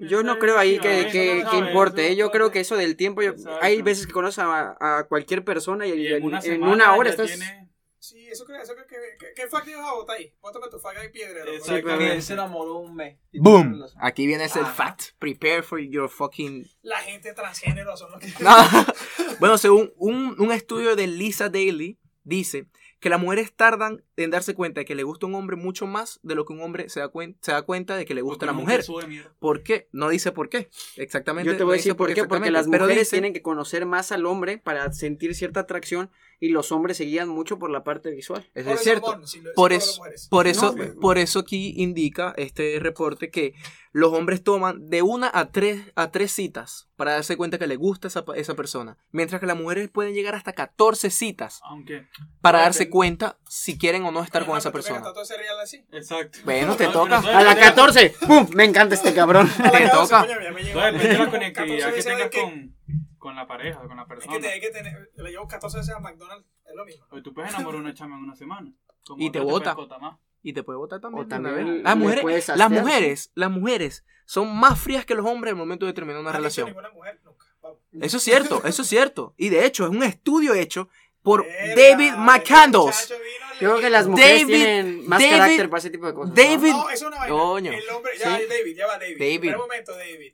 Speaker 4: Yo no creo ahí que,
Speaker 2: Exactamente,
Speaker 4: que-
Speaker 2: no
Speaker 4: que
Speaker 2: sabes,
Speaker 4: importe.
Speaker 2: no
Speaker 4: ¿eh? Yo creo
Speaker 2: sabes.
Speaker 4: que eso del tiempo. yo-
Speaker 2: Exacto.
Speaker 4: hay veces que conoces a, a cualquier persona y,
Speaker 2: Y
Speaker 4: en, en una,
Speaker 2: semana
Speaker 4: hora
Speaker 2: ya
Speaker 4: estás.
Speaker 2: tiene-
Speaker 5: Sí, eso creo, eso creo que... que- ¿Qué fuck ibas a botar ahí? Bótame tu fuck ahí, piedrero.
Speaker 2: Exacto.
Speaker 5: Porque
Speaker 1: Que él se enamoró un mes. Y tuvo
Speaker 3: ¡Boom!
Speaker 1: una relación.
Speaker 3: Aquí viene ese
Speaker 5: Ah.
Speaker 3: fact. Prepare for your fucking.
Speaker 5: La gente transgénero son los que...
Speaker 3: No. bueno, según un, un estudio de Lisa Daly, dice que las mujeres tardan en darse cuenta de que le gusta un hombre mucho más de lo que un hombre se da, cuen- se da cuenta de que le gusta a la
Speaker 2: Porque
Speaker 3: mujer.
Speaker 2: sube mierda.
Speaker 3: ¿Por qué? No dice por qué. Exactamente.
Speaker 4: Yo te
Speaker 3: no
Speaker 4: voy a
Speaker 3: dice
Speaker 4: decir por qué. Porque
Speaker 3: exactamente,
Speaker 4: las
Speaker 3: pero
Speaker 4: mujeres
Speaker 3: dice-
Speaker 4: tienen que conocer más al hombre para sentir cierta atracción y los hombres se guían mucho por la parte visual.
Speaker 3: Eso
Speaker 5: Por
Speaker 3: es
Speaker 5: el
Speaker 3: cierto.
Speaker 5: bombón, si lo- si
Speaker 3: Por
Speaker 5: lo
Speaker 3: eso,
Speaker 5: mueres.
Speaker 3: por eso,
Speaker 4: No,
Speaker 3: por eso aquí indica este reporte que los hombres toman de una a tres, a tres citas para darse cuenta que le gusta esa, esa persona. Mientras que las mujeres pueden llegar hasta 14 citas
Speaker 2: Aunque.
Speaker 3: para
Speaker 2: Ok.
Speaker 3: darse cuenta si quieren o no estar con
Speaker 5: Ajá,
Speaker 3: esa
Speaker 5: pero tú que
Speaker 3: persona.
Speaker 5: Todo ese real así.
Speaker 2: Exacto.
Speaker 3: Bueno, te
Speaker 2: No,
Speaker 3: toca.
Speaker 2: pero
Speaker 4: A la 14. ¡Pum! Me encanta este cabrón.
Speaker 5: A la
Speaker 3: Te
Speaker 5: causa,
Speaker 3: toca.
Speaker 5: coño, ya me llegó.
Speaker 2: Todo depende de la
Speaker 5: Como 14
Speaker 2: conectividad que
Speaker 5: veces
Speaker 2: tengas
Speaker 5: de que-
Speaker 2: con, con la pareja, con la
Speaker 5: Es que,
Speaker 2: persona.
Speaker 5: te- hay que tener, le llevo 14 veces a McDonald's, es lo mismo.
Speaker 2: O tú puedes enamorar a una chama en una semana. Como
Speaker 3: Y te
Speaker 2: otra
Speaker 3: bota.
Speaker 2: puedes cotar más.
Speaker 3: Y te puede votar también.
Speaker 4: O
Speaker 3: de una
Speaker 4: también
Speaker 3: vez. las,
Speaker 4: le
Speaker 3: mujeres,
Speaker 4: puedes
Speaker 3: las
Speaker 4: hastear.
Speaker 3: mujeres, las mujeres son más frías que los hombres al momento de terminar una
Speaker 5: No han dicho
Speaker 3: relación.
Speaker 5: ninguna mujer nunca. Vamos.
Speaker 3: Eso es cierto, eso es cierto. Y de hecho, es un estudio hecho por
Speaker 5: Verga,
Speaker 3: David
Speaker 5: el
Speaker 3: McCandles.
Speaker 5: muchacho vino, le-
Speaker 4: Yo creo que las mujeres
Speaker 3: David-
Speaker 4: tienen más
Speaker 3: David-
Speaker 4: carácter para ese tipo de cosas. ¿no?
Speaker 3: David-
Speaker 5: No, es una vaina.
Speaker 3: Coño.
Speaker 5: El hombre, ya,
Speaker 3: Sí.
Speaker 5: David, ya va David.
Speaker 3: David.
Speaker 5: Espera un momento, David.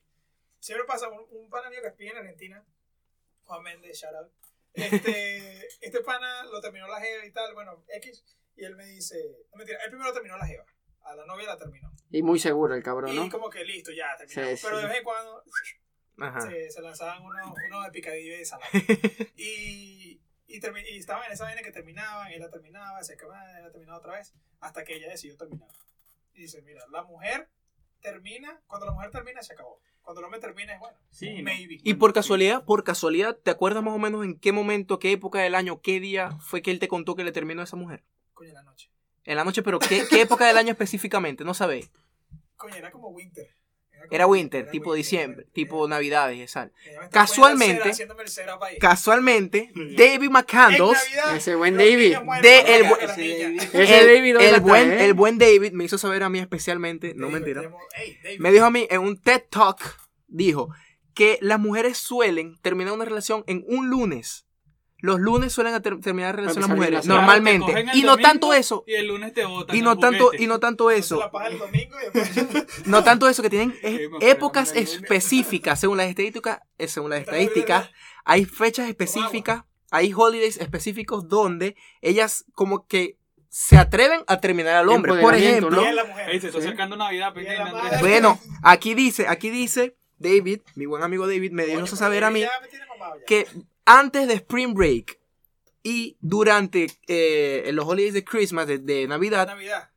Speaker 5: Siempre pasa un, un pana mío que vive en Argentina, Juan Méndez, shout out. Este, este pana lo terminó la jeva y tal, bueno, X, y él me dice, no mentira, él primero terminó la jeva, a la novia la terminó.
Speaker 4: Y muy seguro el cabrón,
Speaker 5: Y
Speaker 4: ¿no?
Speaker 5: como que listo, ya terminó.
Speaker 4: Sí,
Speaker 5: Pero
Speaker 4: sí.
Speaker 5: de vez en cuando
Speaker 3: Ajá.
Speaker 5: se, se lanzaban unos unos de picadillo y de salado. y, y, termi- y estaban en esa vaina que terminaban, él la terminaba, se acababa, él la terminaba otra vez, hasta que ella decidió terminar. Y dice, mira, la mujer termina, cuando la mujer termina, se acabó. Cuando el hombre termina, es bueno.
Speaker 2: Sí. ¿no?
Speaker 5: Maybe.
Speaker 3: Y por casualidad, por casualidad, ¿te acuerdas más o menos en qué momento, qué época del año, qué día fue que él te contó que le terminó a esa mujer?
Speaker 5: Coño, en la noche.
Speaker 3: En la noche, pero ¿qué, qué época del año específicamente? No sabéis.
Speaker 5: Coño, era como winter. como-
Speaker 3: Era winter,
Speaker 5: era
Speaker 3: tipo
Speaker 5: winter,
Speaker 3: diciembre,
Speaker 5: era-
Speaker 3: tipo navidades, esa.
Speaker 5: Ella me está
Speaker 3: Casualmente-
Speaker 5: poniendo el cera, haciéndome el cera pa' ahí.
Speaker 3: Casualmente, David McCandles,
Speaker 5: En Navidad,
Speaker 4: Ese buen
Speaker 5: los
Speaker 4: David.
Speaker 5: niños mueren
Speaker 3: De
Speaker 5: por
Speaker 3: el
Speaker 5: la
Speaker 3: bu-
Speaker 5: cara de las niñas.
Speaker 4: Ese
Speaker 3: el,
Speaker 4: David hoy
Speaker 3: el
Speaker 4: la
Speaker 3: buen,
Speaker 4: trae, ¿eh?
Speaker 3: el buen David me hizo saber a mí especialmente, no
Speaker 5: David,
Speaker 3: mentira,
Speaker 5: tenemos- Ey, David.
Speaker 3: me dijo a mí en un TED Talk, dijo que las mujeres suelen terminar una relación en un lunes. Los lunes suelen ter- terminar relaciones las
Speaker 4: empezar bien
Speaker 3: mujeres,
Speaker 4: la semana.
Speaker 3: normalmente.
Speaker 2: Te cogen el
Speaker 3: Y no
Speaker 2: domingo
Speaker 3: tanto eso.
Speaker 2: Y el lunes te botan.
Speaker 3: Y no
Speaker 2: al
Speaker 3: tanto,
Speaker 2: juguete.
Speaker 3: y no tanto eso.
Speaker 5: La paja el domingo y después.
Speaker 3: No tanto eso, que tienen es-
Speaker 2: Sí, más
Speaker 3: épocas
Speaker 2: o menos, ¿no?
Speaker 3: específicas, según las estadísticas, eh, según las estadísticas, hay fechas específicas, hay holidays específicos donde ellas como que se atreven a terminar al hombre. Por
Speaker 4: Empoderamiento,
Speaker 3: ejemplo,
Speaker 5: Y es la mujer.
Speaker 2: Ey, se está
Speaker 4: Sí.
Speaker 2: acercando Navidad,
Speaker 5: Y a la
Speaker 2: pendiente,
Speaker 5: madre.
Speaker 2: Andrés.
Speaker 3: bueno, aquí dice, aquí dice David, mi buen amigo David, me dio
Speaker 5: Coño,
Speaker 3: a
Speaker 5: pero
Speaker 3: saber a mí
Speaker 5: ya me tiene mamado ya.
Speaker 3: que antes de Spring Break y durante eh, los holidays de Christmas, de, de Navidad,
Speaker 5: Navidad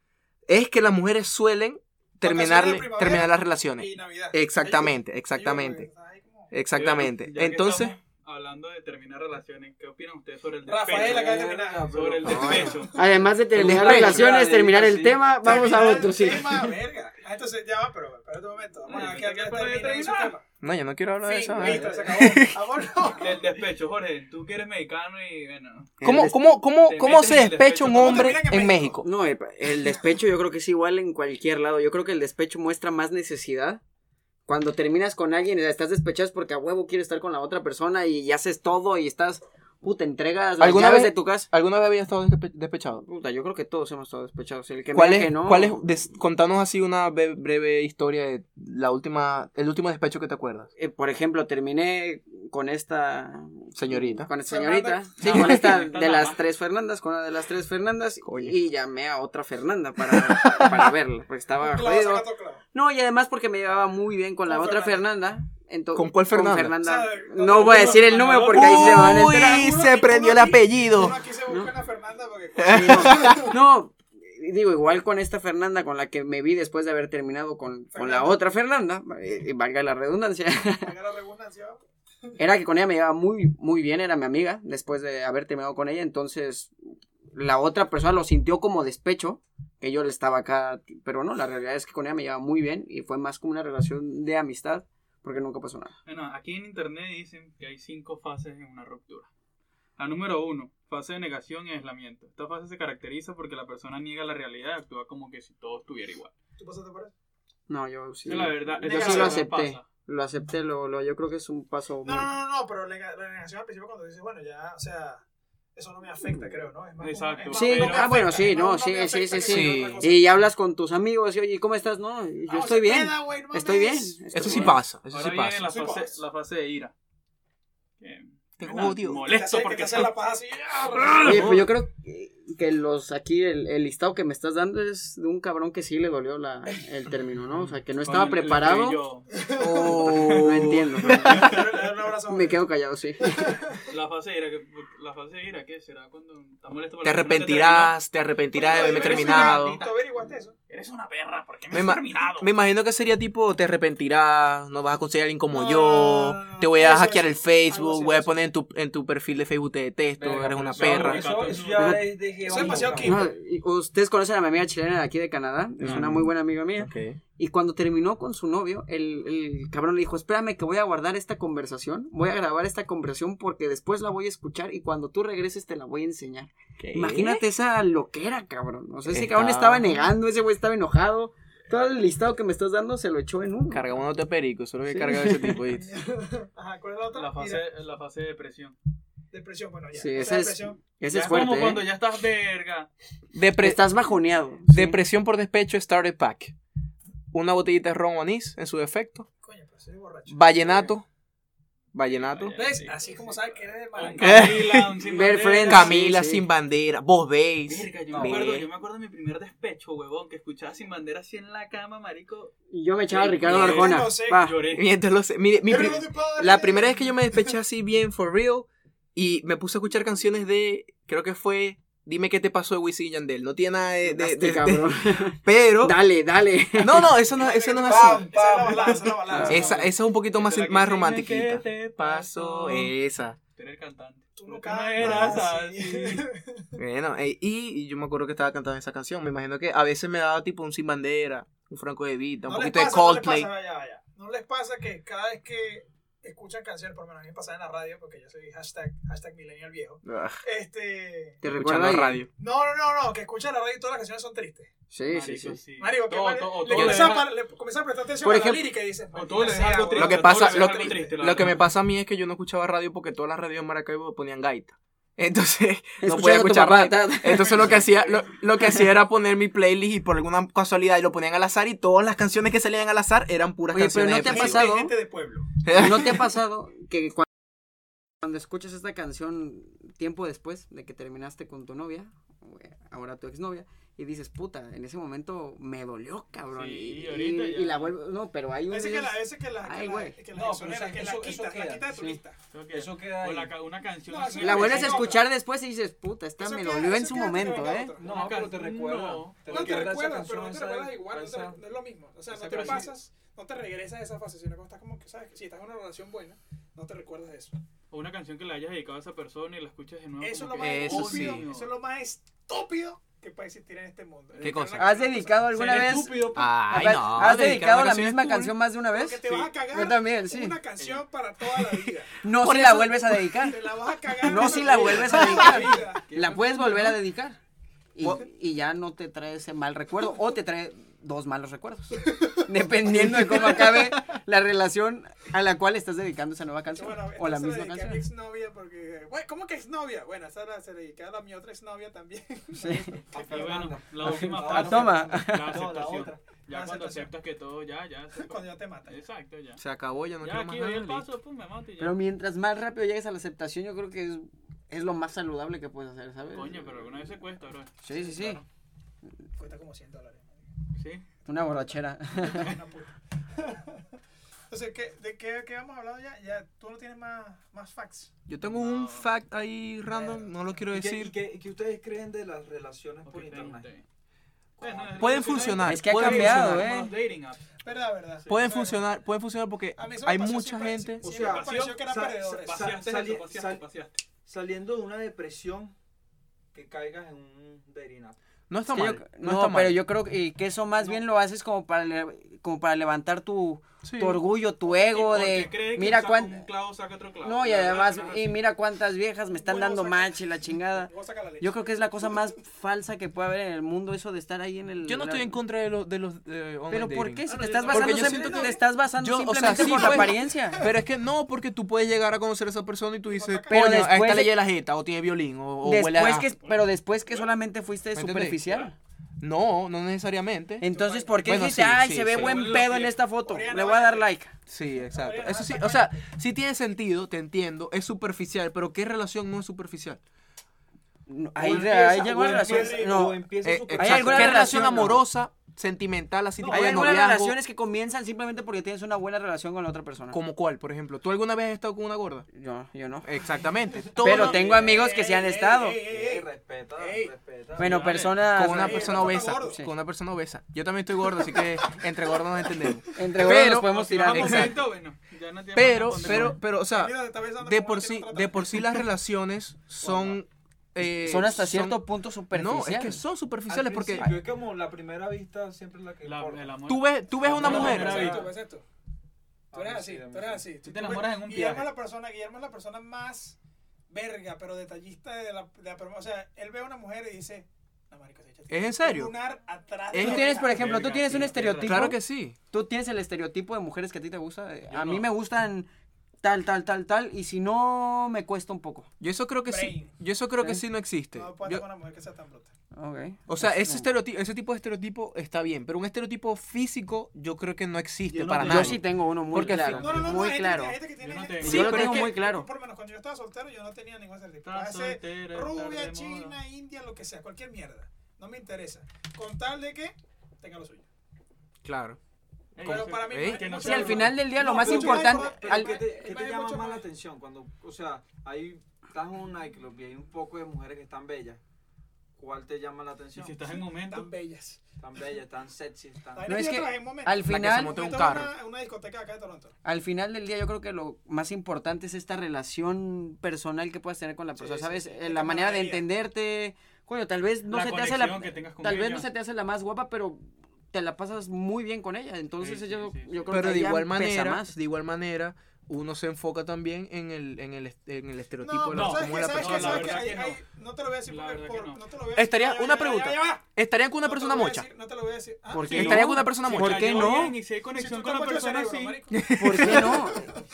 Speaker 3: es que las mujeres suelen
Speaker 5: Vacaciones de
Speaker 3: terminar,
Speaker 5: primavera
Speaker 3: terminar las relaciones.
Speaker 5: y Navidad.
Speaker 3: Exactamente,
Speaker 5: Ahí yo- ahí yo
Speaker 3: exactamente.
Speaker 5: creo que- ahí como-
Speaker 4: Eh,
Speaker 3: Exactamente.
Speaker 2: Ya que
Speaker 3: Entonces,
Speaker 2: estamos Hablando de terminar relaciones, ¿qué opinan ustedes sobre el
Speaker 5: Rafael acaba de
Speaker 2: despecho?
Speaker 5: terminar.
Speaker 2: Sobre el despecho.
Speaker 4: Además de terminar
Speaker 3: despecho.
Speaker 4: relaciones, terminar el
Speaker 1: Sí.
Speaker 4: tema, vamos a
Speaker 5: Terminar el
Speaker 4: otro, sí.
Speaker 5: tema, verga. Ah, Entonces ya va, pero espera un momento. Vamos
Speaker 2: Bueno,
Speaker 5: a quedar que
Speaker 2: ¿qué puede
Speaker 5: termine su
Speaker 2: terminar?
Speaker 5: tema.
Speaker 3: no, yo no quiero hablar de
Speaker 5: Sí,
Speaker 3: eso. ¿eh?
Speaker 5: listo, se acabó. Ah, Vámonos.
Speaker 2: Del despecho, Jorge, tú que eres mexicano y bueno.
Speaker 3: ¿Cómo, cómo, cómo,
Speaker 2: Te
Speaker 3: cómo
Speaker 2: meten
Speaker 3: se
Speaker 2: en el
Speaker 3: despecha
Speaker 2: despecho,
Speaker 3: un
Speaker 2: ¿cómo
Speaker 3: hombre
Speaker 5: terminan en
Speaker 3: en México?
Speaker 5: México?
Speaker 4: No, eh, el despecho yo creo que es igual en cualquier lado. Yo creo que el despecho muestra más necesidad. Cuando terminas con alguien y la estás despechado es porque a huevo quieres estar con la otra persona y haces todo y estás, puta, entregas las
Speaker 3: ¿Alguna
Speaker 4: llaves
Speaker 3: vez-
Speaker 4: de tu casa.
Speaker 3: ¿Alguna vez había estado despe- despechado?
Speaker 4: Puta, yo creo que todos hemos estado despechados. El que
Speaker 3: ¿Cuál
Speaker 4: me diga
Speaker 3: es,
Speaker 4: que no,
Speaker 3: cuál es, des- contanos así una be- breve historia de la última, el último despecho que te acuerdas,
Speaker 4: eh, por ejemplo, terminé con esta
Speaker 3: señorita.
Speaker 4: Con esta señorita.
Speaker 5: Fernanda.
Speaker 4: Sí,
Speaker 2: Ah,
Speaker 4: con
Speaker 2: bueno, está
Speaker 4: esta de
Speaker 2: nada
Speaker 4: las
Speaker 2: más.
Speaker 4: tres Fernandas, con una de las tres Fernandas.
Speaker 3: Coño.
Speaker 4: Y llamé a otra Fernanda para, para verla, porque estaba
Speaker 5: Clavo,
Speaker 4: jodido.
Speaker 5: saca tu clavo.
Speaker 4: No, y además porque me llevaba muy bien con la
Speaker 5: Con
Speaker 4: otra
Speaker 5: Fernanda.
Speaker 4: Fernanda. ento-
Speaker 3: ¿Con cuál Fernanda?
Speaker 5: O sea,
Speaker 4: no voy a decir el número porque ahí se van a
Speaker 3: Uy,
Speaker 4: enterar.
Speaker 3: se prendió el apellido.
Speaker 5: Uno aquí se busca
Speaker 4: No.
Speaker 5: una Fernanda porque.
Speaker 4: No, digo, igual con esta Fernanda con la que me vi después de haber terminado con, con la
Speaker 5: Fernanda.
Speaker 4: otra Fernanda, eh, eh, valga la redundancia,
Speaker 5: Venga la redundancia.
Speaker 4: era que con ella me llevaba muy, muy bien, era mi amiga después de haber terminado con ella, entonces la otra persona lo sintió como despecho, que yo le estaba acá, pero no, la realidad es que con ella me llevaba muy bien y fue más como una relación de amistad, porque nunca pasó nada.
Speaker 2: Bueno, aquí en internet dicen que hay cinco fases en una ruptura. La número uno, fase de negación y aislamiento. Esta fase se caracteriza porque la persona niega la realidad y actúa como que si todo estuviera igual.
Speaker 5: ¿Tú pasaste por eso?
Speaker 4: No, yo sí,
Speaker 2: Esa es la verdad.
Speaker 4: yo
Speaker 2: esa
Speaker 4: sí
Speaker 2: es
Speaker 4: lo
Speaker 2: la
Speaker 4: acepté,
Speaker 2: pasa.
Speaker 4: lo acepté, lo, lo- yo creo que es un paso
Speaker 5: No,
Speaker 4: muy-
Speaker 5: no, no, no, pero la la negación al principio cuando dices, bueno, ya, o sea, eso no me afecta, creo, ¿no? Es más
Speaker 2: Exacto.
Speaker 5: como- es más
Speaker 4: Sí,
Speaker 5: como
Speaker 4: no,
Speaker 5: me
Speaker 4: ah, bueno,
Speaker 5: afecta,
Speaker 4: sí,
Speaker 5: es más
Speaker 4: no,
Speaker 5: como
Speaker 4: sí,
Speaker 5: me afecta
Speaker 4: sí, sí,
Speaker 5: que
Speaker 4: sí.
Speaker 5: cualquier otra cosa.
Speaker 4: Y hablas con tus amigos y, oye, ¿cómo estás? No, yo
Speaker 5: Vamos,
Speaker 4: estoy bien,
Speaker 5: peda, güey, no
Speaker 4: estoy bien.
Speaker 5: mames.
Speaker 3: Eso sí
Speaker 4: bien.
Speaker 3: pasa, eso sí
Speaker 2: Ahora viene
Speaker 3: pasa.
Speaker 2: la
Speaker 5: Sí
Speaker 2: fase,
Speaker 5: pasa.
Speaker 2: la fase de ira. Que,
Speaker 3: Te
Speaker 2: bueno,
Speaker 3: odio.
Speaker 5: Te hace-
Speaker 2: Molesto
Speaker 5: te
Speaker 2: porque
Speaker 5: hace la paz así. ah,
Speaker 4: Oye, pues yo creo que- que los aquí el, el listado que me estás dando es de un cabrón que sí le dolió la, el término, ¿no? O sea, que no estaba
Speaker 2: Coño, le- le
Speaker 4: preparado.
Speaker 2: pegué yo.
Speaker 4: No entiendo.
Speaker 5: Un abrazo.
Speaker 4: Me quedo callado, sí.
Speaker 2: La fase de ira, que- la fase de ira, ¿qué será? Cuando estás molesto por
Speaker 3: Te
Speaker 2: la persona que
Speaker 3: arrepentirás, te arrepentirás de haberme
Speaker 5: Pero eso ya,
Speaker 3: terminado.
Speaker 5: ¿Tú averiguaste eso?
Speaker 2: terminó. Eres una perra, ¿por qué me,
Speaker 3: Me
Speaker 2: has
Speaker 3: ma-
Speaker 2: terminado?
Speaker 3: Me imagino que sería tipo, te arrepentirás, no vas a conseguir a alguien como
Speaker 5: No,
Speaker 3: yo,
Speaker 5: no, no,
Speaker 3: te voy a
Speaker 5: Ah, eso,
Speaker 3: hackear el
Speaker 5: eso, algo
Speaker 3: Facebook,
Speaker 5: así, pues,
Speaker 3: voy a
Speaker 5: eso.
Speaker 3: poner en tu, en tu perfil de Facebook te detesto,
Speaker 1: Verga,
Speaker 3: eres
Speaker 1: pero
Speaker 3: una
Speaker 1: eso-
Speaker 3: perra.
Speaker 1: Eso, eso ya es de
Speaker 5: Eso es demasiado
Speaker 1: cabrón.
Speaker 5: químico.
Speaker 4: No, y Ustedes conocen a mi amiga chilena de aquí de Canadá, es una muy buena amiga mía. Y cuando terminó con su novio, el, el cabrón le dijo, espérame que voy a guardar esta conversación, voy a grabar esta conversación porque después la voy a escuchar y cuando tú regreses te la voy a enseñar.
Speaker 3: ¿Qué?
Speaker 4: Imagínate esa loquera, cabrón. O sea, ese
Speaker 3: Está-
Speaker 4: cabrón estaba negando, ese güey estaba enojado. Todo el listado que me estás dando se lo echó en uno.
Speaker 3: Carga uno de perico, solo que
Speaker 4: Sí.
Speaker 3: carga ese tipo. y-
Speaker 5: Ajá, ¿cuál es la otra?
Speaker 2: La fase,
Speaker 5: Mira,
Speaker 2: la fase de depresión.
Speaker 5: Depresión, bueno, ya.
Speaker 4: Sí,
Speaker 5: Esa
Speaker 4: esa es-
Speaker 5: depresión.
Speaker 4: Ese
Speaker 2: Ya
Speaker 4: es fuerte.
Speaker 2: como cuando
Speaker 4: ¿eh?
Speaker 2: ya estás verga.
Speaker 3: Depre-
Speaker 4: Estás bajoneado. ¿sí?
Speaker 3: Depresión por despecho, starter pack. Una botellita de ron o anís, en su defecto.
Speaker 5: Coño, pero soy borracho.
Speaker 3: Vallenato. Vallenato.
Speaker 5: ¿Ves? Así como sabes que eres de
Speaker 2: Con
Speaker 5: Maracay.
Speaker 2: Camila, un sin
Speaker 4: Ver
Speaker 2: bandera.
Speaker 4: Friends.
Speaker 3: Camila
Speaker 4: Sí, sí.
Speaker 3: sin bandera. Vos veis.
Speaker 2: Verga, yo, me
Speaker 3: Ve.
Speaker 2: acuerdo, yo me acuerdo de mi primer despecho, huevón, que escuchaba sin bandera así en la cama, marico.
Speaker 4: Y yo me echaba a Ricardo
Speaker 2: Yo
Speaker 4: Arjona.
Speaker 5: no sé,
Speaker 4: Va.
Speaker 2: Lloré.
Speaker 3: Mientras lo sé- mire, Ah, mi
Speaker 5: Pero
Speaker 3: pri-
Speaker 5: no te pares.
Speaker 3: la primera vez que yo me despeché así bien, for real, y me puse a escuchar canciones de, creo que fue, dime qué te pasó de Wisin y Yandel. No tiene nada de...
Speaker 4: Hazte,
Speaker 3: de- de- de-
Speaker 4: Este cabrón.
Speaker 3: pero...
Speaker 4: dale, dale.
Speaker 3: No, no, eso no, eso no es
Speaker 5: Pam,
Speaker 3: así.
Speaker 5: Esa es la balada, esa es la balada.
Speaker 3: Esa, esa es un poquito más,
Speaker 2: Desde la que
Speaker 3: más Eh.
Speaker 2: dime
Speaker 3: romántica.
Speaker 2: qué te
Speaker 3: Pasó esa.
Speaker 2: Tú eres el cantante.
Speaker 5: Tú no
Speaker 2: Porque no
Speaker 5: cantas.
Speaker 2: eras así.
Speaker 3: Bueno, eh, y, y yo me acuerdo que estaba cantando esa canción. Me imagino que a veces me daba tipo un sin bandera, un Franco de Vita, un
Speaker 5: No les
Speaker 3: poquito de
Speaker 5: pasa, no les
Speaker 3: Coldplay.
Speaker 5: pasa, vaya, vaya. No les pasa que cada vez que escuchan canciones, por lo menos a mí me pasaba en la radio, porque yo soy hashtag, hashtag millennial viejo.
Speaker 3: Ah,
Speaker 5: Este.
Speaker 4: Te
Speaker 3: escuchando
Speaker 4: recuerda
Speaker 3: radio.
Speaker 5: No, no, no, no, que escuchan la radio y todas las canciones son tristes.
Speaker 4: Sí, Ah, sí, sí.
Speaker 2: Marico,
Speaker 5: Mario, que
Speaker 2: Todo-
Speaker 5: vale-
Speaker 2: todo-
Speaker 5: le,
Speaker 2: todo
Speaker 5: comienzan
Speaker 2: le
Speaker 5: a
Speaker 2: deja-
Speaker 5: par- le comienzan a prestar atención
Speaker 3: Por
Speaker 5: a la
Speaker 3: ejemplo-
Speaker 5: lírica y dices,
Speaker 2: o todo le deja
Speaker 5: maldita
Speaker 2: algo
Speaker 5: sea,
Speaker 2: triste.
Speaker 3: Lo que
Speaker 2: Todo
Speaker 3: pasa,
Speaker 2: le deja
Speaker 3: lo
Speaker 2: algo
Speaker 3: que,
Speaker 2: triste, la
Speaker 3: lo que
Speaker 2: verdad.
Speaker 3: me pasa a mí es que yo no escuchaba radio porque todas las radios en Maracaibo ponían gaita. Entonces, no
Speaker 4: Escuchando
Speaker 3: podía
Speaker 4: a tu
Speaker 3: escuchar
Speaker 4: papá,
Speaker 3: rap.
Speaker 4: ta-
Speaker 3: Entonces lo que hacía, lo, lo que hacía era poner mi playlist y por alguna casualidad lo ponían al azar y todas las canciones que salían al azar eran puras
Speaker 4: Oye, pero
Speaker 3: canciones.
Speaker 4: ¿no
Speaker 3: de
Speaker 4: te ha
Speaker 3: Prince.
Speaker 4: pasado?
Speaker 5: Gente de pueblo.
Speaker 4: ¿No te ha pasado que cuando, cuando escuchas esta canción tiempo después de que terminaste con tu novia, o, eh, ahora tu exnovia, y dices, puta, en ese momento me dolió, cabrón?
Speaker 2: Sí,
Speaker 4: y, y-
Speaker 2: ahorita ya.
Speaker 4: y la vuelvo. No, pero hay un.
Speaker 5: Ese que la, ese que la,
Speaker 4: Ay,
Speaker 5: que la,
Speaker 4: güey.
Speaker 5: que la
Speaker 1: No, pero
Speaker 5: exonera,
Speaker 1: eso-
Speaker 5: que la
Speaker 1: eso-
Speaker 5: quita,
Speaker 1: eso
Speaker 5: la
Speaker 1: queda,
Speaker 5: quita de tu
Speaker 4: sí.
Speaker 5: lista.
Speaker 2: Creo que-
Speaker 1: Eso queda
Speaker 2: o
Speaker 1: ahí.
Speaker 2: la ca- una canción.
Speaker 5: No,
Speaker 2: así
Speaker 5: sí,
Speaker 2: que-
Speaker 4: la vuelves a
Speaker 5: Eso queda-
Speaker 4: escuchar después y dices, puta, esta
Speaker 5: Eso
Speaker 4: me
Speaker 5: queda-
Speaker 4: dolió en
Speaker 5: eso
Speaker 4: su
Speaker 5: queda, te
Speaker 4: momento,
Speaker 5: queda
Speaker 4: ¿eh?
Speaker 5: otra.
Speaker 1: No,
Speaker 2: Una
Speaker 1: pero
Speaker 2: can-
Speaker 1: te recuerda.
Speaker 2: no.
Speaker 5: No te
Speaker 1: recuerda esa
Speaker 5: recuerdas, pero no te
Speaker 1: canción,
Speaker 5: recuerdas
Speaker 1: esa-
Speaker 5: igual, no, te
Speaker 1: esa-
Speaker 5: re- no es lo mismo. O sea,
Speaker 2: esa
Speaker 5: no te
Speaker 2: canción.
Speaker 5: pasas, no te regresas a esa fase, sino que estás como que sabes que si estás en una relación buena, no te recuerdas de eso.
Speaker 2: O una canción que le hayas dedicado a esa persona y la escuchas de nuevo.
Speaker 5: Eso es
Speaker 2: como
Speaker 5: lo más
Speaker 2: que,
Speaker 3: Eso
Speaker 5: estúpido,
Speaker 3: sí.
Speaker 5: eso es lo más estúpido que puede existir en este mundo. Dedicar
Speaker 3: cosa?
Speaker 5: una
Speaker 4: ¿Has
Speaker 5: canción a una
Speaker 4: dedicado
Speaker 2: Ser
Speaker 4: alguna vez?
Speaker 2: estúpido, pues.
Speaker 3: Ay,
Speaker 4: ¿Has-
Speaker 3: no,
Speaker 4: ¿Has
Speaker 3: dedicar
Speaker 4: dedicado
Speaker 3: una
Speaker 4: la
Speaker 3: canción es
Speaker 4: misma
Speaker 3: cool.
Speaker 4: canción más de una
Speaker 5: Porque
Speaker 4: vez?
Speaker 5: te vas a cagar.
Speaker 4: Yo también, sí.
Speaker 5: Una canción para toda la vida.
Speaker 4: No
Speaker 3: Por
Speaker 4: si la
Speaker 3: eso-
Speaker 4: vuelves a dedicar.
Speaker 5: Te la vas a cagar.
Speaker 4: No,
Speaker 5: pero
Speaker 4: si la
Speaker 5: toda
Speaker 4: vuelves a
Speaker 5: la
Speaker 4: dedicar.
Speaker 5: vida.
Speaker 4: La puedes volver a dedicar. Y, y ya no te trae ese mal recuerdo. O te trae dos malos recuerdos. Dependiendo de cómo acabe la relación a la cual estás dedicando esa nueva canción.
Speaker 5: Bueno,
Speaker 4: o la
Speaker 5: entonces
Speaker 4: misma
Speaker 5: dediqué a mi
Speaker 4: canción.
Speaker 5: exnovia porque, güey, ¿cómo que exnovia? Bueno, esa la- se la dediqué a la- mi otra exnovia también.
Speaker 2: Y bueno, la
Speaker 1: Ah,
Speaker 2: última
Speaker 1: no,
Speaker 2: frase.
Speaker 4: toma.
Speaker 2: La
Speaker 1: No, la
Speaker 2: aceptación.
Speaker 1: otra.
Speaker 2: Ya
Speaker 5: La
Speaker 2: cuando
Speaker 5: aceptación.
Speaker 2: aceptas que todo, ya, ya. se-
Speaker 5: Cuando ya te matan.
Speaker 2: Exacto, ya.
Speaker 3: Se acabó, ya no
Speaker 2: Ya
Speaker 3: quiero
Speaker 2: aquí
Speaker 3: más
Speaker 2: doy el
Speaker 3: nada.
Speaker 2: paso, pum, me mato y ya.
Speaker 4: Pero mientras más rápido llegues a la aceptación, yo creo que es, es lo más saludable que puedes hacer, ¿sabes?
Speaker 2: Coño, pero alguna vez se cuesta, bro.
Speaker 4: Sí, sí, sí.
Speaker 5: Cuesta como 100 dólares.
Speaker 2: Sí.
Speaker 4: Una borrachera.
Speaker 5: Una puta. Entonces, ¿qué, ¿de qué, qué hemos hablado ya? ya? ¿Tú no tienes más, más facts?
Speaker 3: Yo tengo
Speaker 2: No.
Speaker 3: un fact ahí random, no lo quiero
Speaker 1: ¿Y qué, y
Speaker 3: decir.
Speaker 1: qué- y qué ustedes creen de las relaciones
Speaker 2: Ok,
Speaker 1: por internet?
Speaker 2: ten- ten. Bueno,
Speaker 3: Pueden
Speaker 2: es que
Speaker 3: funcionar.
Speaker 4: Es que ha
Speaker 3: pueden
Speaker 4: cambiado,
Speaker 3: funcionar.
Speaker 4: ¿eh?
Speaker 2: como los dating apps.
Speaker 5: Verdad, verdad.
Speaker 3: Pueden
Speaker 5: Verdad.
Speaker 3: funcionar, pueden funcionar porque
Speaker 5: A mí eso me
Speaker 3: hay
Speaker 5: pasó
Speaker 3: mucha
Speaker 5: siempre,
Speaker 3: gente.
Speaker 5: sí,
Speaker 1: O
Speaker 5: sí,
Speaker 1: sea,
Speaker 5: me pareció que eran
Speaker 1: sa- sa-
Speaker 5: perdedores.
Speaker 1: sa-
Speaker 2: Paseaste
Speaker 1: Sali-
Speaker 2: eso, paseaste,
Speaker 1: sali-
Speaker 2: paseaste.
Speaker 1: Saliendo de una depresión, que caigas en un dating app.
Speaker 3: No está
Speaker 4: Que yo-
Speaker 3: mal. no,
Speaker 4: no,
Speaker 3: está mal.
Speaker 4: pero yo creo que, que eso más bien lo haces como para, le- como para levantar tu,
Speaker 3: Sí.
Speaker 4: tu orgullo, tu ego
Speaker 2: ¿Y por qué crees
Speaker 4: de...
Speaker 2: que
Speaker 4: Mira
Speaker 2: saca Un
Speaker 4: cuánto...
Speaker 2: clavo saca otro clavo.
Speaker 4: No, y
Speaker 2: La verdad
Speaker 4: además,
Speaker 2: que no es
Speaker 4: y
Speaker 2: así.
Speaker 4: mira cuántas viejas me están
Speaker 5: Bueno,
Speaker 4: dando
Speaker 5: saca-
Speaker 4: match y la chingada.
Speaker 5: Luego saca la leche.
Speaker 4: Yo creo que es la cosa más falsa que puede haber en el mundo, eso de estar ahí en el.
Speaker 3: Yo no estoy en contra de los de los eh, online
Speaker 4: Pero ¿por
Speaker 3: dating.
Speaker 4: qué? Si te
Speaker 1: Ah, no,
Speaker 4: estás
Speaker 1: yo-
Speaker 4: basando,
Speaker 3: Porque yo
Speaker 4: sem-
Speaker 3: siento-
Speaker 4: te estás basando
Speaker 3: yo, o sea,
Speaker 4: simplemente
Speaker 3: sí,
Speaker 4: por la
Speaker 3: pues.
Speaker 4: apariencia.
Speaker 3: Pero es que no, porque tú puedes llegar a conocer a esa persona y tú dices,
Speaker 4: Pero
Speaker 3: pero coño, a
Speaker 4: después-
Speaker 3: esta le llega la jeta, o tiene violín, o, o huele
Speaker 4: después
Speaker 3: a...
Speaker 4: que, pero después que solamente fuiste
Speaker 3: ¿Me entendés?
Speaker 4: superficial.
Speaker 3: No, no necesariamente.
Speaker 4: Entonces, ¿por qué
Speaker 3: Bueno,
Speaker 4: dijiste,
Speaker 3: sí,
Speaker 4: ay,
Speaker 3: sí,
Speaker 4: se ve
Speaker 3: sí.
Speaker 4: buen
Speaker 2: Bueno,
Speaker 4: pedo
Speaker 2: sí.
Speaker 4: en esta foto?
Speaker 5: Oriana,
Speaker 4: Le voy a dar
Speaker 5: váyate.
Speaker 4: like.
Speaker 3: Sí, exacto.
Speaker 5: Oye,
Speaker 3: Eso sí,
Speaker 5: hasta
Speaker 3: o sea, sí tiene sentido, te entiendo, es superficial, pero ¿qué relación no es superficial?
Speaker 4: No,
Speaker 1: O
Speaker 4: Ahí,
Speaker 1: empieza-
Speaker 4: ahí llegó
Speaker 1: o
Speaker 4: la relación.
Speaker 1: empieza-
Speaker 4: No,
Speaker 1: o empieza
Speaker 3: Eh,
Speaker 1: su-
Speaker 3: exacto.
Speaker 4: ¿Hay alguna
Speaker 3: ¿Qué
Speaker 4: relación,
Speaker 3: relación
Speaker 4: no?
Speaker 3: amorosa, sentimental, así tipo
Speaker 4: hay
Speaker 3: de
Speaker 4: algunas
Speaker 3: noviazgo?
Speaker 4: relaciones que comienzan simplemente porque tienes una buena relación con la otra persona.
Speaker 3: ¿Como cuál, por ejemplo? ¿Tú alguna vez has estado con una gorda?
Speaker 4: Yo, yo no.
Speaker 3: Exactamente.
Speaker 4: Pero
Speaker 3: Todo-
Speaker 4: tengo amigos que sí han
Speaker 5: Ey, ey,
Speaker 4: estado.
Speaker 5: ey, ey,
Speaker 1: Ey,
Speaker 5: ey.
Speaker 1: respeta,
Speaker 5: Ey.
Speaker 1: respeta.
Speaker 4: Bueno,
Speaker 2: Vale.
Speaker 4: personas.
Speaker 3: con una
Speaker 5: sí,
Speaker 3: persona
Speaker 5: no,
Speaker 3: obesa,
Speaker 5: gordo.
Speaker 4: Sí.
Speaker 3: con una persona obesa. Yo también estoy gordo, así que entre gordos nos entendemos.
Speaker 4: Entre gordos
Speaker 3: Pero-
Speaker 4: nos podemos
Speaker 2: Si nos
Speaker 4: tirar.
Speaker 2: vamos
Speaker 3: Exacto.
Speaker 2: viendo, bueno, ya no tiene más nada que
Speaker 3: Pero, pero,
Speaker 2: poner.
Speaker 3: pero, o sea,
Speaker 5: Mira, está besando
Speaker 3: de
Speaker 5: como
Speaker 3: por
Speaker 5: no tiene
Speaker 3: sí,
Speaker 5: otra-
Speaker 3: de por sí las relaciones son eh,
Speaker 4: Son hasta
Speaker 3: son-
Speaker 4: cierto punto superficiales.
Speaker 3: No, es que son superficiales
Speaker 1: Al
Speaker 3: porque
Speaker 1: principio, es como la primera vista siempre es la que
Speaker 2: La-
Speaker 1: importa.
Speaker 2: el amor.
Speaker 3: tú ves, tú ves a una
Speaker 2: No, no,
Speaker 3: mujer.
Speaker 2: no, no, no.
Speaker 5: Exacto, exacto. Tú eres
Speaker 1: Ah,
Speaker 5: así,
Speaker 1: sí,
Speaker 5: tú eres así.
Speaker 2: te enamoras en un
Speaker 5: Guillermo
Speaker 2: viaje.
Speaker 5: es la persona, Guillermo es la persona más verga, pero detallista de la, de la promo- O sea, él ve a una mujer y dice, "No, marico, se echa
Speaker 3: ¿Es en serio?
Speaker 5: un lunar atrás de
Speaker 3: Es-
Speaker 4: Tú
Speaker 5: la
Speaker 4: tienes, por
Speaker 5: oreja".
Speaker 4: ejemplo, tú
Speaker 2: Verga,
Speaker 4: tienes
Speaker 2: sí,
Speaker 4: un
Speaker 2: verga.
Speaker 4: estereotipo.
Speaker 3: Claro que sí.
Speaker 4: Tú tienes el estereotipo de mujeres que a ti te gusta. eh,
Speaker 2: Yo
Speaker 4: A mí
Speaker 2: no.
Speaker 4: me gustan tal, tal, tal, tal. Y si no, me cuesta un poco.
Speaker 3: Yo eso creo que sí.
Speaker 5: Brain.
Speaker 3: Yo eso creo que
Speaker 4: Sí.
Speaker 3: sí no existe.
Speaker 5: No puedo
Speaker 3: Yo-
Speaker 5: con una mujer que sea tan bruta.
Speaker 4: Ok. Pues
Speaker 3: o sea,
Speaker 4: Es
Speaker 3: ese
Speaker 4: como-
Speaker 3: estereotipo, ese tipo de estereotipo está bien, pero un estereotipo físico yo creo que no existe
Speaker 1: Yo no
Speaker 3: para
Speaker 1: creo.
Speaker 4: Yo
Speaker 3: nada.
Speaker 4: sí tengo uno muy
Speaker 3: Porque
Speaker 4: claro.
Speaker 3: sí.
Speaker 5: No, no, no, no,
Speaker 4: muy
Speaker 5: hay gente que-
Speaker 4: claro.
Speaker 5: hay gente que tiene-
Speaker 2: Yo no tengo.
Speaker 4: Sí,
Speaker 3: Sí,
Speaker 4: yo lo
Speaker 3: pero
Speaker 4: tengo
Speaker 3: es que-
Speaker 4: muy claro.
Speaker 5: Por lo menos cuando yo estaba soltero, yo no tenía ningún estereotipo.
Speaker 1: Ah,
Speaker 2: Estás
Speaker 5: Puede ser
Speaker 2: soltera,
Speaker 5: rubia,
Speaker 2: estás de moda.
Speaker 5: china, india, lo que sea, cualquier mierda. No me interesa. Con tal de que tenga lo suyo.
Speaker 3: Claro.
Speaker 2: Ey,
Speaker 5: Pero
Speaker 2: sí.
Speaker 5: para mí,
Speaker 3: Ey,
Speaker 5: no-
Speaker 2: que no
Speaker 5: mucho
Speaker 4: Sí, al
Speaker 5: más.
Speaker 4: final del día lo
Speaker 5: No,
Speaker 4: más
Speaker 5: pero-
Speaker 4: importante...
Speaker 5: pero-
Speaker 4: al-
Speaker 1: ¿Qué te, qué
Speaker 5: Hay-
Speaker 1: te
Speaker 5: hay
Speaker 1: llama
Speaker 5: mucho
Speaker 1: más la
Speaker 5: más.
Speaker 1: atención? Cuando, o sea, ahí estás en un nightclub y hay un poco de mujeres que están bellas. ¿Cuál te llama la
Speaker 2: Y
Speaker 1: atención?
Speaker 2: si estás en momento.
Speaker 5: Tan bellas.
Speaker 1: Están bellas, están sexy,
Speaker 2: Ah.
Speaker 1: están...
Speaker 5: Vaina
Speaker 4: No, es
Speaker 5: yo
Speaker 4: que
Speaker 5: traje un momento.
Speaker 4: Al
Speaker 3: La que se
Speaker 4: final,
Speaker 3: montó en un
Speaker 5: Momento en
Speaker 3: carro.
Speaker 5: Una, en una discoteca acá de Toronto.
Speaker 4: al final del día yo creo que lo más importante es esta relación personal que puedas tener con la persona,
Speaker 5: sí,
Speaker 4: ¿sabes?
Speaker 5: sí.
Speaker 4: Eh,
Speaker 5: Qué
Speaker 4: La manera de
Speaker 5: camaradería.
Speaker 4: entenderte, coño, tal vez no
Speaker 2: La
Speaker 4: se te hace la
Speaker 2: conexión que tengas con
Speaker 4: tal vez
Speaker 2: ella.
Speaker 4: no se te hace la más guapa, pero te la pasas muy bien con ella, entonces
Speaker 2: Sí,
Speaker 4: yo,
Speaker 2: sí, sí, sí.
Speaker 4: yo creo
Speaker 3: Pero
Speaker 4: que
Speaker 3: de
Speaker 4: ahí ya
Speaker 3: igual
Speaker 4: pesa
Speaker 3: manera,
Speaker 4: más.
Speaker 3: de igual manera,
Speaker 7: uno se enfoca también en el, en el, est- en el estereotipo
Speaker 5: No,
Speaker 7: de
Speaker 5: no,
Speaker 7: la,
Speaker 5: ¿sabes
Speaker 7: como
Speaker 5: qué?
Speaker 7: la
Speaker 5: ¿Sabes qué?
Speaker 7: persona.
Speaker 5: ¿Sabes qué?
Speaker 2: La
Speaker 5: Ahí-
Speaker 2: verdad que
Speaker 5: ahí- No te lo voy a decir
Speaker 2: La
Speaker 5: porque-
Speaker 2: verdad
Speaker 5: por-
Speaker 2: que no.
Speaker 5: no te lo voy a decir.
Speaker 3: Estaría
Speaker 5: Ya, ya,
Speaker 3: una
Speaker 5: ya, ya,
Speaker 3: pregunta.
Speaker 5: ya va.
Speaker 3: ¿Estarían con una
Speaker 5: No te
Speaker 3: persona
Speaker 5: lo voy a
Speaker 3: mocha?
Speaker 5: decir, No te lo voy a decir. Ah,
Speaker 4: ¿Por
Speaker 5: sí,
Speaker 4: qué
Speaker 3: ¿Estaría
Speaker 4: no?
Speaker 3: con una persona
Speaker 2: O
Speaker 3: mocha?
Speaker 2: sea,
Speaker 4: qué
Speaker 2: yo
Speaker 4: no?
Speaker 2: Inicié
Speaker 5: Si
Speaker 2: conexión
Speaker 5: tú
Speaker 2: con
Speaker 5: te
Speaker 2: una
Speaker 5: mochas el
Speaker 2: persona
Speaker 5: cerebro,
Speaker 2: así.
Speaker 5: marico.
Speaker 4: ¿Por qué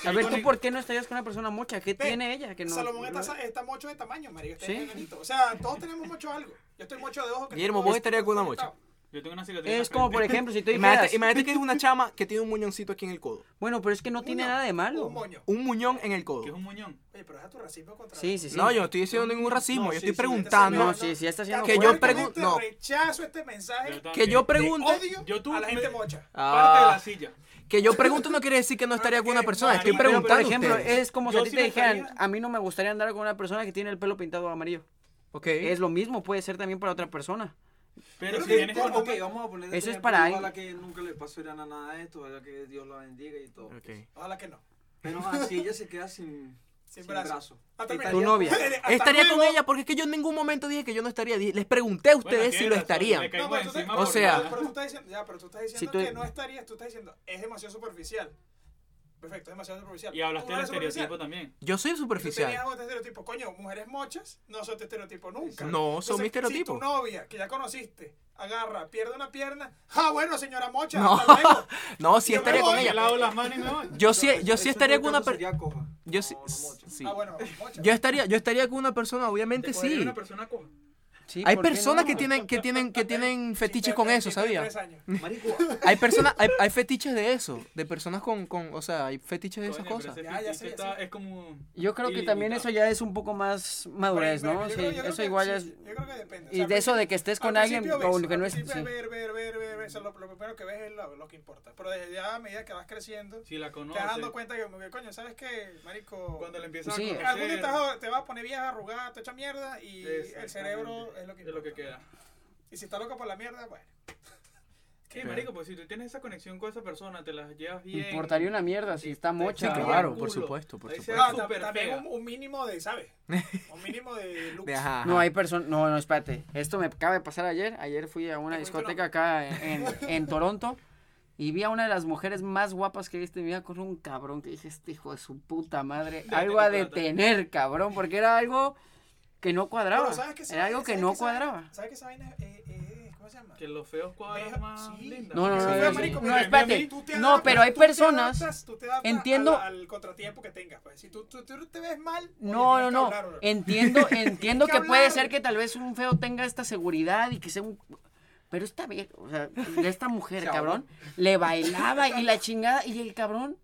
Speaker 4: no? A ver,
Speaker 2: Pone-
Speaker 4: ¿tú por qué no estarías con una persona mocha? ¿Qué
Speaker 5: Ve,
Speaker 4: tiene ella? Que no,
Speaker 5: Salomón
Speaker 4: no-
Speaker 5: está, está mocho de tamaño, marico. Está
Speaker 4: Sí.
Speaker 5: enanito. O sea, todos tenemos mocho algo. Yo estoy mocho de ojo. que
Speaker 3: Guillermo,
Speaker 5: tengo- este
Speaker 3: vos estarías con una mocha.
Speaker 2: Yo tengo una cicatriz. en
Speaker 4: Es
Speaker 2: la
Speaker 4: como,
Speaker 2: frente.
Speaker 4: por ejemplo, si tú dijeras,
Speaker 3: Imagínate, imagínate que es una chama que tiene un muñoncito aquí en el codo.
Speaker 4: bueno, pero es que no tiene
Speaker 5: Una-
Speaker 4: nada de malo.
Speaker 5: Un moño.
Speaker 3: Un muñón en el codo.
Speaker 2: Que es un muñón.
Speaker 5: Oye, pero deja tu racismo contra
Speaker 4: Sí, sí, sí.
Speaker 3: No, yo no estoy diciendo ningún racismo,
Speaker 2: No,
Speaker 3: yo
Speaker 2: sí,
Speaker 3: estoy
Speaker 2: sí,
Speaker 3: preguntando.
Speaker 4: No, sí, sí, está haciendo
Speaker 3: Que yo
Speaker 4: fuerte.
Speaker 3: pregun-
Speaker 5: pregunto.
Speaker 3: no.
Speaker 5: Rechazo este mensaje.
Speaker 2: Yo
Speaker 5: de
Speaker 2: también.
Speaker 3: Que yo pregunte,
Speaker 5: Odio
Speaker 2: Yo tú
Speaker 5: a la gente
Speaker 2: me-
Speaker 5: mocha.
Speaker 2: Parte de
Speaker 3: Ah,
Speaker 2: la silla.
Speaker 3: que yo pregunto no quiere decir que no estaría con una persona, estoy
Speaker 2: Marico, pero,
Speaker 3: preguntando.
Speaker 4: Por ejemplo,
Speaker 3: ustedes.
Speaker 4: es como si
Speaker 2: Yo
Speaker 4: a ti
Speaker 2: sí
Speaker 4: te
Speaker 2: me
Speaker 4: dijeran,
Speaker 2: gustaría-
Speaker 4: a mí no me gustaría andar con una persona que tiene el pelo pintado amarillo.
Speaker 3: Ok.
Speaker 4: Es lo mismo, puede ser también para otra persona.
Speaker 2: Pero
Speaker 5: Creo
Speaker 2: si
Speaker 5: que
Speaker 2: vienes
Speaker 5: todo-
Speaker 2: con
Speaker 1: Ok, vamos a poner
Speaker 4: Eso es
Speaker 1: ejemplo,
Speaker 4: para
Speaker 1: Ojalá
Speaker 4: ahí.
Speaker 1: que nunca le pase a nada de esto, ojalá que Dios la bendiga y todo.
Speaker 3: Ok.
Speaker 5: Ojalá que no.
Speaker 1: Pero así ella se queda sin,
Speaker 5: Sin
Speaker 1: sin
Speaker 5: brazo.
Speaker 1: brazo.
Speaker 5: Hasta
Speaker 1: Y
Speaker 5: mira,
Speaker 4: Tu
Speaker 5: ya-
Speaker 4: novia.
Speaker 5: Hasta
Speaker 3: Estaría con
Speaker 5: luego.
Speaker 3: ella porque es que yo en ningún momento dije que yo no estaría. Dije- Les pregunté a ustedes si lo estarían.
Speaker 5: No, pero tú estás-
Speaker 3: O sea-
Speaker 5: pero tú estás diciendo, ya, pero tú estás diciendo
Speaker 4: tú-
Speaker 5: que no estarías, tú estás diciendo, es demasiado superficial. Perfecto, es demasiado superficial.
Speaker 2: Y hablaste
Speaker 5: Tú no
Speaker 2: del
Speaker 5: eres superficial.
Speaker 2: estereotipo también.
Speaker 3: Yo soy
Speaker 5: Tú tenías
Speaker 3: superficial.
Speaker 5: otro estereotipo. Coño, mujeres mochas no son tu estereotipo nunca.
Speaker 3: No, son mi
Speaker 5: Si
Speaker 3: estereotipo.
Speaker 5: tu novia, que ya conociste, agarra, pierde una pierna. ¡Ah, bueno, señora mocha!
Speaker 3: No.
Speaker 5: hasta luego!
Speaker 3: No, sí
Speaker 5: Yo
Speaker 3: estaría
Speaker 5: me
Speaker 3: con
Speaker 5: voy.
Speaker 3: ella.
Speaker 2: Me lavo las manos y me voy.
Speaker 3: Yo sí, yo sí
Speaker 1: Eso
Speaker 3: estaría
Speaker 1: en
Speaker 3: con
Speaker 1: todo
Speaker 3: una
Speaker 1: caso
Speaker 3: persona.
Speaker 1: sería coja,
Speaker 3: Yo
Speaker 1: no-
Speaker 3: sí.
Speaker 1: no mocha.
Speaker 3: sí.
Speaker 5: Ah, bueno, mocha.
Speaker 3: Yo estaría, yo estaría con una persona, obviamente
Speaker 2: Podría
Speaker 3: sí.
Speaker 2: una persona coja.
Speaker 4: Sí,
Speaker 3: Hay
Speaker 4: ¿por qué
Speaker 3: personas
Speaker 4: no?
Speaker 3: que tienen, que tienen, que tienen fetiches
Speaker 5: Chiste
Speaker 3: con
Speaker 5: de-
Speaker 3: eso,
Speaker 5: chiste de
Speaker 3: ¿sabías?
Speaker 5: tres años.
Speaker 1: Marico,
Speaker 3: Hay personas, hay, hay fetiches de eso, de personas con, con, o sea, hay fetiches de esas
Speaker 2: Coño,
Speaker 3: cosas.
Speaker 2: pero ese
Speaker 5: Ya, ya
Speaker 2: fetiche
Speaker 5: sé, ya
Speaker 2: está-
Speaker 5: sé.
Speaker 2: Es como.
Speaker 4: Yo creo que también eso ya es un poco más madurez,
Speaker 5: Pero-
Speaker 4: ¿no?
Speaker 5: pero Pues, yo
Speaker 4: Sí,
Speaker 5: creo- yo creo
Speaker 4: eso
Speaker 5: que
Speaker 4: igual
Speaker 5: sí,
Speaker 4: es...
Speaker 5: Yo creo que depende. O
Speaker 4: Y
Speaker 5: sea,
Speaker 4: de eso de que estés con
Speaker 5: al
Speaker 4: alguien
Speaker 5: principio
Speaker 4: o
Speaker 5: ves,
Speaker 4: que no
Speaker 5: al
Speaker 4: es...
Speaker 5: principio
Speaker 4: sí.
Speaker 5: Ver, ver, ver, ver, ver, eso es lo, lo primero que ves es lo, lo que importa. Pero de- ya a medida que vas creciendo,
Speaker 2: Si la
Speaker 5: te
Speaker 2: conoces.
Speaker 5: vas dando cuenta que, como que, coño, ¿sabes qué, marico?
Speaker 2: Cuando la empiezas
Speaker 4: Sí.
Speaker 2: a conocer.
Speaker 5: Algún día te vas a- te vas a poner vieja, arrugada, toda hecha mierda y el
Speaker 2: Exactamente.
Speaker 5: cerebro es lo que
Speaker 2: Es lo que
Speaker 5: importa.
Speaker 2: queda.
Speaker 5: Y si está loca por la mierda, bueno.
Speaker 2: Sí, marico, pues si tú tienes esa conexión con esa persona, te las llevas bien.
Speaker 4: Importaría una mierda si está
Speaker 2: Sí,
Speaker 4: mocha.
Speaker 3: claro,
Speaker 2: Te lleva el
Speaker 3: por
Speaker 5: pues,
Speaker 2: culo.
Speaker 3: supuesto, por
Speaker 2: Ahí
Speaker 3: supuesto.
Speaker 2: se
Speaker 5: Ah,
Speaker 2: va
Speaker 5: ta-
Speaker 2: súper
Speaker 5: también
Speaker 2: fea.
Speaker 5: un, un mínimo de, ¿sabes? Un mínimo de looks.
Speaker 3: De ajá, ajá.
Speaker 4: No, hay personas. No, no, espérate. Esto me acaba de pasar ayer. Ayer fui a una
Speaker 5: ¿Te fuiste
Speaker 4: discoteca acá en, en- en Toronto y vi a una de las mujeres más guapas que he visto en mi vida con un cabrón que dije: Este hijo de su puta madre.
Speaker 2: Date
Speaker 4: Algo a
Speaker 2: mi plata".
Speaker 4: detener, cabrón, porque era algo que no cuadraba.
Speaker 5: Pero ¿sabes qué?
Speaker 4: Era algo que
Speaker 5: ¿Sabes
Speaker 4: no
Speaker 5: qué? ¿Sabes qué?
Speaker 4: cuadraba.
Speaker 5: ¿Sabes qué esa vaina? Eh, eh, ¿Cómo se llama?
Speaker 2: Que los feos cuadran
Speaker 5: Deja-
Speaker 2: más
Speaker 5: sí.
Speaker 2: linda.
Speaker 4: No, no,
Speaker 5: Sí,
Speaker 4: no,
Speaker 5: pero,
Speaker 4: no,
Speaker 5: marico,
Speaker 4: no,
Speaker 5: pero
Speaker 4: espérate.
Speaker 5: tú te
Speaker 4: No, pero hay
Speaker 5: tú te
Speaker 4: personas-
Speaker 5: adaptas- tú te adaptas
Speaker 4: entiendo-
Speaker 5: Al, al contratiempo que tengas, pues. Si tú, tú- tú te ves mal. oye,
Speaker 4: No, no,
Speaker 5: tienes que
Speaker 4: no.
Speaker 5: hablar, bro.
Speaker 4: Entiendo, entiendo
Speaker 5: que
Speaker 4: que puede
Speaker 5: hablar.
Speaker 4: ser que tal vez un feo tenga esta seguridad y que sea un. Pero está bien, o sea, de esta mujer, cabrón, le bailaba y la chingada, y el cabrón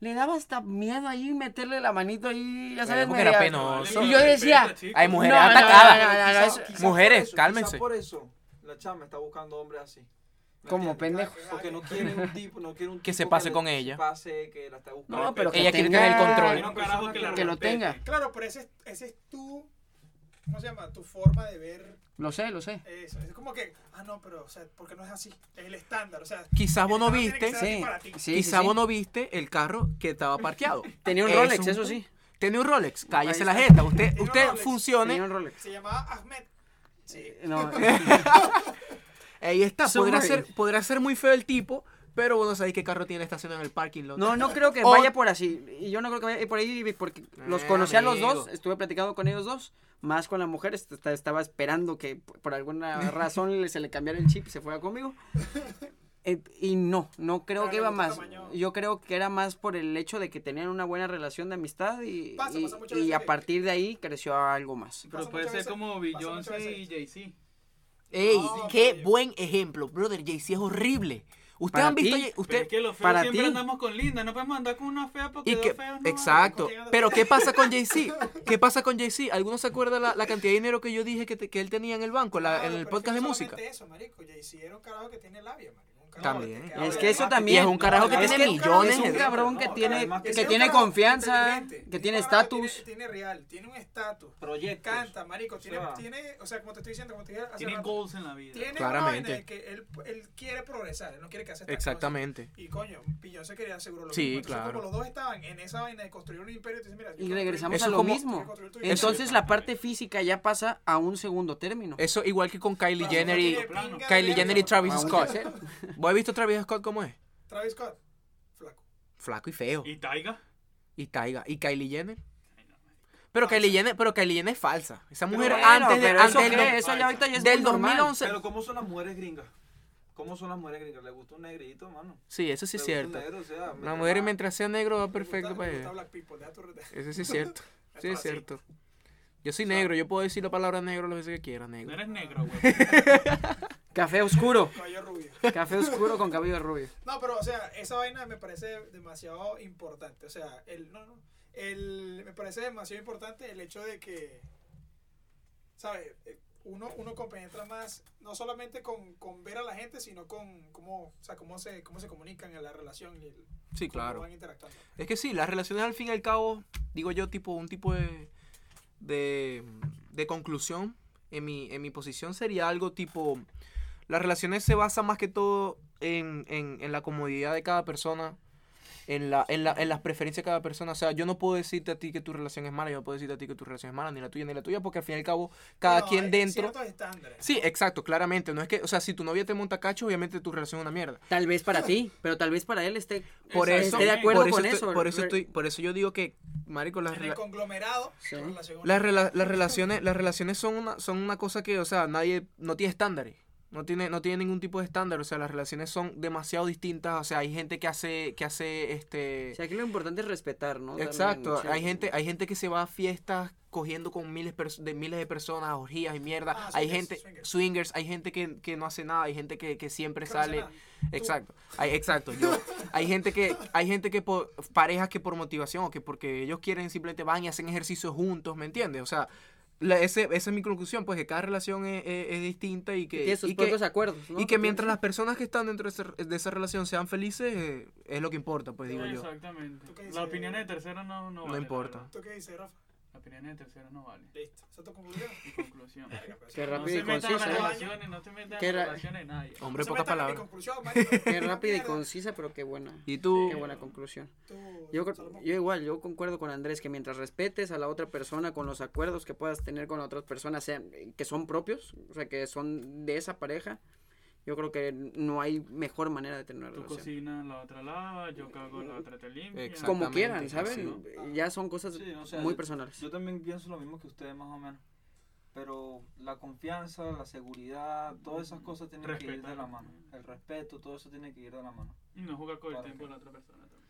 Speaker 4: le daba hasta miedo ahí meterle la manito ahí, ya
Speaker 3: Pero
Speaker 4: sabes,
Speaker 3: porque era
Speaker 4: media-
Speaker 3: penoso.
Speaker 4: Y yo decía,
Speaker 2: Respeta, chico.
Speaker 3: Hay mujeres
Speaker 4: No, no,
Speaker 3: atacadas.
Speaker 4: no, no, no,
Speaker 1: Quizá-
Speaker 4: eso-
Speaker 1: quizá
Speaker 3: Mujeres,
Speaker 1: por eso,
Speaker 3: cálmense.
Speaker 1: quizá por eso la chama está buscando hombres así. ¿Me
Speaker 4: como
Speaker 1: entiendes?
Speaker 4: pendejo.
Speaker 1: Porque no quiere un tipo, no quiere un
Speaker 3: Que
Speaker 1: tipo
Speaker 3: se pase
Speaker 1: le-
Speaker 3: con ella.
Speaker 1: pase, que la está buscando.
Speaker 4: No, pero que
Speaker 3: Ella quiere
Speaker 4: tenga-
Speaker 3: tener el control.
Speaker 2: Quiero un carajo que, la
Speaker 4: Que lo
Speaker 2: respete.
Speaker 4: tenga.
Speaker 5: Claro, pero ese es, ese es tu. ¿Cómo se llama? Tu forma de ver
Speaker 4: Lo sé, lo sé.
Speaker 5: eso. Es como que. Ah, no, pero. O sea, porque no es así. Es el estándar. O sea.
Speaker 3: Quizás
Speaker 5: el
Speaker 3: vos no
Speaker 5: estándar tiene que
Speaker 3: viste,
Speaker 5: ser así
Speaker 4: Sí,
Speaker 5: para ti.
Speaker 4: sí, sí,
Speaker 3: quizás
Speaker 4: sí.
Speaker 3: vos no viste el carro que estaba parqueado.
Speaker 4: Tenía un
Speaker 3: Es
Speaker 4: Rolex,
Speaker 3: un
Speaker 4: eso
Speaker 3: punto.
Speaker 4: sí.
Speaker 3: Tenía un Rolex, cállese
Speaker 4: Ahí
Speaker 3: la
Speaker 4: está.
Speaker 3: jeta. Usted,
Speaker 5: Tenía un
Speaker 3: usted
Speaker 5: Rolex.
Speaker 4: Tenía un
Speaker 3: funcione.
Speaker 4: Rolex.
Speaker 5: Se llamaba Ahmed. Sí.
Speaker 4: No,
Speaker 3: Ahí está. Podrá
Speaker 4: Submarine.
Speaker 3: ser, podrá ser muy feo el tipo, pero bueno, sabéis qué carro tiene estacionado en el parking lot.
Speaker 4: No, no creo que
Speaker 3: O-
Speaker 4: vaya por así. Y yo no creo que vaya por ahí porque los
Speaker 3: Eh,
Speaker 4: conocí a los
Speaker 3: amigo.
Speaker 4: dos, estuve platicando con ellos dos, más con la mujer, est- est- estaba esperando que p- por alguna razón le- se le cambiara el chip y se fuera conmigo. Eh, Y no, no creo
Speaker 5: Pero
Speaker 4: que
Speaker 5: le
Speaker 4: iba
Speaker 5: gusta
Speaker 4: más.
Speaker 5: tamaño.
Speaker 4: Yo creo que era más por el hecho de que tenían una buena relación de amistad y,
Speaker 5: Pasa,
Speaker 4: y-
Speaker 5: pasa muchas
Speaker 4: y
Speaker 5: veces
Speaker 4: a
Speaker 5: que-
Speaker 4: partir de ahí creció a algo más.
Speaker 2: Pero
Speaker 5: Pasa
Speaker 2: puede
Speaker 5: muchas
Speaker 2: ser
Speaker 5: veces-
Speaker 2: como
Speaker 5: pasa muchas
Speaker 2: Beyoncé
Speaker 5: veces.
Speaker 2: y Jay-Z.
Speaker 3: Ey,
Speaker 5: No,
Speaker 3: qué
Speaker 5: pero yo-
Speaker 3: buen ejemplo, brother. Jay-Z es horrible. Ustedes
Speaker 4: Para
Speaker 3: han visto.
Speaker 4: ti,
Speaker 3: Jay-
Speaker 2: Pero
Speaker 3: Usted,
Speaker 2: es que los feos
Speaker 4: para
Speaker 2: siempre
Speaker 4: ti.
Speaker 2: andamos con linda. No podemos andar con una fea porque
Speaker 3: Y
Speaker 2: dos
Speaker 3: que,
Speaker 2: feos no
Speaker 3: exacto.
Speaker 5: vale.
Speaker 3: Pero ¿qué pasa con Jay-Z? ¿Qué pasa con Jay-Z? ¿Alguno se acuerda la, la cantidad de dinero que yo dije que, te- que él tenía en el banco, la- en
Speaker 5: Claro,
Speaker 3: el
Speaker 5: Ah, pero es que
Speaker 3: podcast de
Speaker 5: no
Speaker 3: música?
Speaker 5: solamente eso, marico. Ya hicieron un carajo que tiene labia, marico. Un carajo
Speaker 3: También.
Speaker 5: que te
Speaker 4: Es
Speaker 5: habla
Speaker 4: que
Speaker 5: de
Speaker 4: eso
Speaker 5: lápiz.
Speaker 4: también.
Speaker 3: Y es un carajo que
Speaker 4: Es
Speaker 3: tiene
Speaker 4: un
Speaker 3: millones
Speaker 4: Es un
Speaker 3: de-
Speaker 4: cabrón que
Speaker 1: No,
Speaker 4: tiene,
Speaker 1: además que
Speaker 4: que
Speaker 5: sea un
Speaker 4: tiene
Speaker 5: carajo
Speaker 4: confianza,
Speaker 5: inteligente,
Speaker 4: que
Speaker 5: un
Speaker 4: tiene
Speaker 5: carajo que
Speaker 4: estatus. Pues,
Speaker 5: Tiene, tiene real, tiene un estatus.
Speaker 1: Proyectos.
Speaker 5: Canta, marico. Tiene,
Speaker 1: sea.
Speaker 5: tiene, o sea, como te estoy diciendo, como te dije hace
Speaker 2: Tienen
Speaker 5: rato,
Speaker 2: goals en la vida.
Speaker 5: Tiene
Speaker 3: Claramente.
Speaker 5: Claramente. que él, él quiere progresar, él no quiere que hace esta
Speaker 3: Exactamente.
Speaker 5: cosa. Y coño, Pillón se quería seguro lo
Speaker 3: Sí,
Speaker 5: mismo. Entonces,
Speaker 3: claro.
Speaker 5: Como los dos estaban en esa vaina de construir un imperio, entonces, mira, yo
Speaker 4: Y
Speaker 5: construí-
Speaker 4: regresamos
Speaker 3: Eso
Speaker 4: a lo
Speaker 3: como-
Speaker 4: mismo.
Speaker 5: Eso-
Speaker 4: Entonces la parte física ya pasa a un segundo término.
Speaker 3: Eso igual que con Kylie
Speaker 5: Claro,
Speaker 3: Jenner
Speaker 5: tiene
Speaker 3: y,
Speaker 5: pinga de
Speaker 3: Kylie
Speaker 5: verga.
Speaker 3: Jenner y Travis
Speaker 4: Vamos a
Speaker 3: Scott.
Speaker 4: hacer.
Speaker 3: ¿Vos has visto a Travis Scott cómo es?
Speaker 5: Travis Scott, flaco.
Speaker 3: Flaco y feo.
Speaker 2: ¿Y Taiga?
Speaker 3: Y Taiga. ¿Y Kylie Jenner? Pero Kylie Jenner, pero Kylie Jenner es falsa. Esa mujer
Speaker 4: Pero
Speaker 3: antes, de,
Speaker 4: pero
Speaker 3: antes
Speaker 4: eso
Speaker 3: del,
Speaker 4: qué,
Speaker 3: do-
Speaker 4: eso ya ahorita ya es
Speaker 3: del
Speaker 4: muy normal.
Speaker 3: 2011.
Speaker 1: Pero ¿cómo son las mujeres gringas? ¿Cómo son las mujeres gringas? ¿Le gusta un negrito, mano?
Speaker 3: Sí, eso sí es
Speaker 1: ¿Le gusta un
Speaker 3: cierto.
Speaker 1: negro? O sea,
Speaker 3: La
Speaker 1: mientras
Speaker 3: mujer
Speaker 1: más-
Speaker 3: mientras sea negro va
Speaker 5: Me
Speaker 3: perfecto pues.
Speaker 5: gusta-
Speaker 3: para
Speaker 5: me gusta
Speaker 3: ella.
Speaker 5: Black People, deja tu rete.
Speaker 3: Eso sí es cierto. Sí es
Speaker 5: así.
Speaker 3: cierto. Yo soy negro, yo puedo decir la palabra negro las veces que quiera,
Speaker 2: No
Speaker 3: negro.
Speaker 2: eres negro, güey.
Speaker 4: Café oscuro.
Speaker 5: Caballo rubio.
Speaker 4: Café oscuro con cabello rubio.
Speaker 5: No, pero, o sea, esa vaina me parece demasiado importante. O sea, el, no, no, el, me parece demasiado importante el hecho de que, ¿sabes? Eh, Uno, uno compenetra más, no solamente con, con ver a la gente, sino con cómo, o sea, cómo, se, cómo se comunican en la relación y el-
Speaker 3: Sí,
Speaker 5: cómo
Speaker 3: claro.
Speaker 5: van interactuando.
Speaker 3: Es que sí, las relaciones al fin y al cabo, digo yo, tipo, un tipo de, de, de conclusión en mi, en mi posición sería algo tipo, las relaciones se basan más que todo en, en, en la comodidad de cada persona, en, la, en, la, en las preferencias de cada persona. O sea, yo no puedo decirte a ti que tu relación es mala, yo no puedo decirte a ti que tu relación es mala, ni la tuya, ni la tuya, porque al fin y al cabo, cada
Speaker 5: Bueno, eh,
Speaker 3: quien
Speaker 5: hay
Speaker 3: dentro...
Speaker 5: ciertos estándares.
Speaker 3: Sí, exacto, claramente. No es que, o sea, si tu novia te monta cacho, obviamente tu relación es una mierda.
Speaker 4: Tal vez para ti, pero tal vez para él esté.
Speaker 3: Por
Speaker 4: esté
Speaker 3: eso,
Speaker 4: de acuerdo
Speaker 3: por eso
Speaker 4: con
Speaker 3: estoy-
Speaker 4: eso.
Speaker 3: por eso estoy, por eso yo digo que, marico, las,
Speaker 5: En el
Speaker 3: rela-
Speaker 5: conglomerado,
Speaker 4: Sí.
Speaker 5: la relación-
Speaker 3: las, rela- las relaciones, las relaciones son una, son una cosa que, o sea, nadie, no tiene estándares. No tiene, no tiene ningún tipo de estándar, o sea, las relaciones son demasiado distintas, o sea, hay gente que hace, que hace, este...
Speaker 4: O sea, aquí lo importante es respetar, ¿no? También,
Speaker 3: Exacto,
Speaker 4: sí.
Speaker 3: hay gente, hay gente que se va a fiestas cogiendo con miles perso- de miles de personas, orgías y mierda.
Speaker 5: Ah,
Speaker 3: hay
Speaker 5: swingers,
Speaker 3: gente, swingers,
Speaker 5: swingers.
Speaker 3: hay gente que, que no hace nada, hay gente que, que siempre
Speaker 5: Que no hace
Speaker 3: sale.
Speaker 5: nada.
Speaker 3: Exacto, hay, exacto. yo- hay gente que, hay gente que por parejas que por motivación o que porque ellos quieren simplemente van y hacen ejercicio juntos, ¿me entiendes? O sea, la- ese, esa es mi conclusión, pues que cada relación es, es- es distinta y que,
Speaker 4: Tiene sus
Speaker 3: y que-
Speaker 4: propios acuerdos, ¿no?
Speaker 3: y que mientras las personas que están dentro de, ese- de esa relación sean felices, eh, es lo que importa, pues digo yo.
Speaker 2: Exactamente.
Speaker 5: ¿Tú qué dices?
Speaker 2: La opinión de tercero no, no
Speaker 3: No
Speaker 2: vale. la
Speaker 3: importa.
Speaker 2: verdad.
Speaker 5: ¿Tú qué dices, Rafa?
Speaker 2: La opinión de tercero no vale.
Speaker 5: Listo. ¿Esa es tu conclusión?
Speaker 2: Mi conclusión.
Speaker 5: Verga, pero
Speaker 4: Qué
Speaker 5: sí.
Speaker 2: No
Speaker 4: rápido
Speaker 2: se
Speaker 4: y
Speaker 2: metan en
Speaker 4: conciso.
Speaker 2: las
Speaker 5: ¿eh?
Speaker 2: relaciones, no se metan en
Speaker 4: Qué ra-
Speaker 2: las relaciones de nadie.
Speaker 5: No
Speaker 3: Hombre,
Speaker 5: se
Speaker 3: pocas
Speaker 5: metan en mi
Speaker 3: palabras.
Speaker 5: conclusión, marico.
Speaker 4: Qué rápida y
Speaker 5: Mierda.
Speaker 4: concisa, pero qué buena.
Speaker 3: Y tú,
Speaker 4: Qué buena conclusión.
Speaker 5: Tú,
Speaker 4: Yo, creo-
Speaker 5: Salomón.
Speaker 4: yo igual, yo concuerdo con Andrés que mientras respetes a la otra persona con los acuerdos que puedas tener con otras personas sean, eh, que son propios, o sea, que son de esa pareja, yo creo que no hay mejor manera de tener una
Speaker 2: Tú
Speaker 4: relación.
Speaker 2: cocinas, la otra lava, yo cago, la otra te limpia.
Speaker 3: Exacto.
Speaker 4: Como quieran,
Speaker 3: Exactamente,
Speaker 4: ¿saben? Eh, Ya son cosas
Speaker 1: Sí, o sea,
Speaker 4: muy
Speaker 1: yo-
Speaker 4: personales.
Speaker 1: Yo también pienso lo mismo que ustedes, más o menos. Pero la confianza, la seguridad, todas esas cosas tienen que ir de
Speaker 2: Respetar.
Speaker 1: la mano. El respeto, todo eso tiene que ir de la mano.
Speaker 2: Y no jugar con el
Speaker 1: Para
Speaker 2: tiempo
Speaker 1: que-
Speaker 2: de la otra persona también.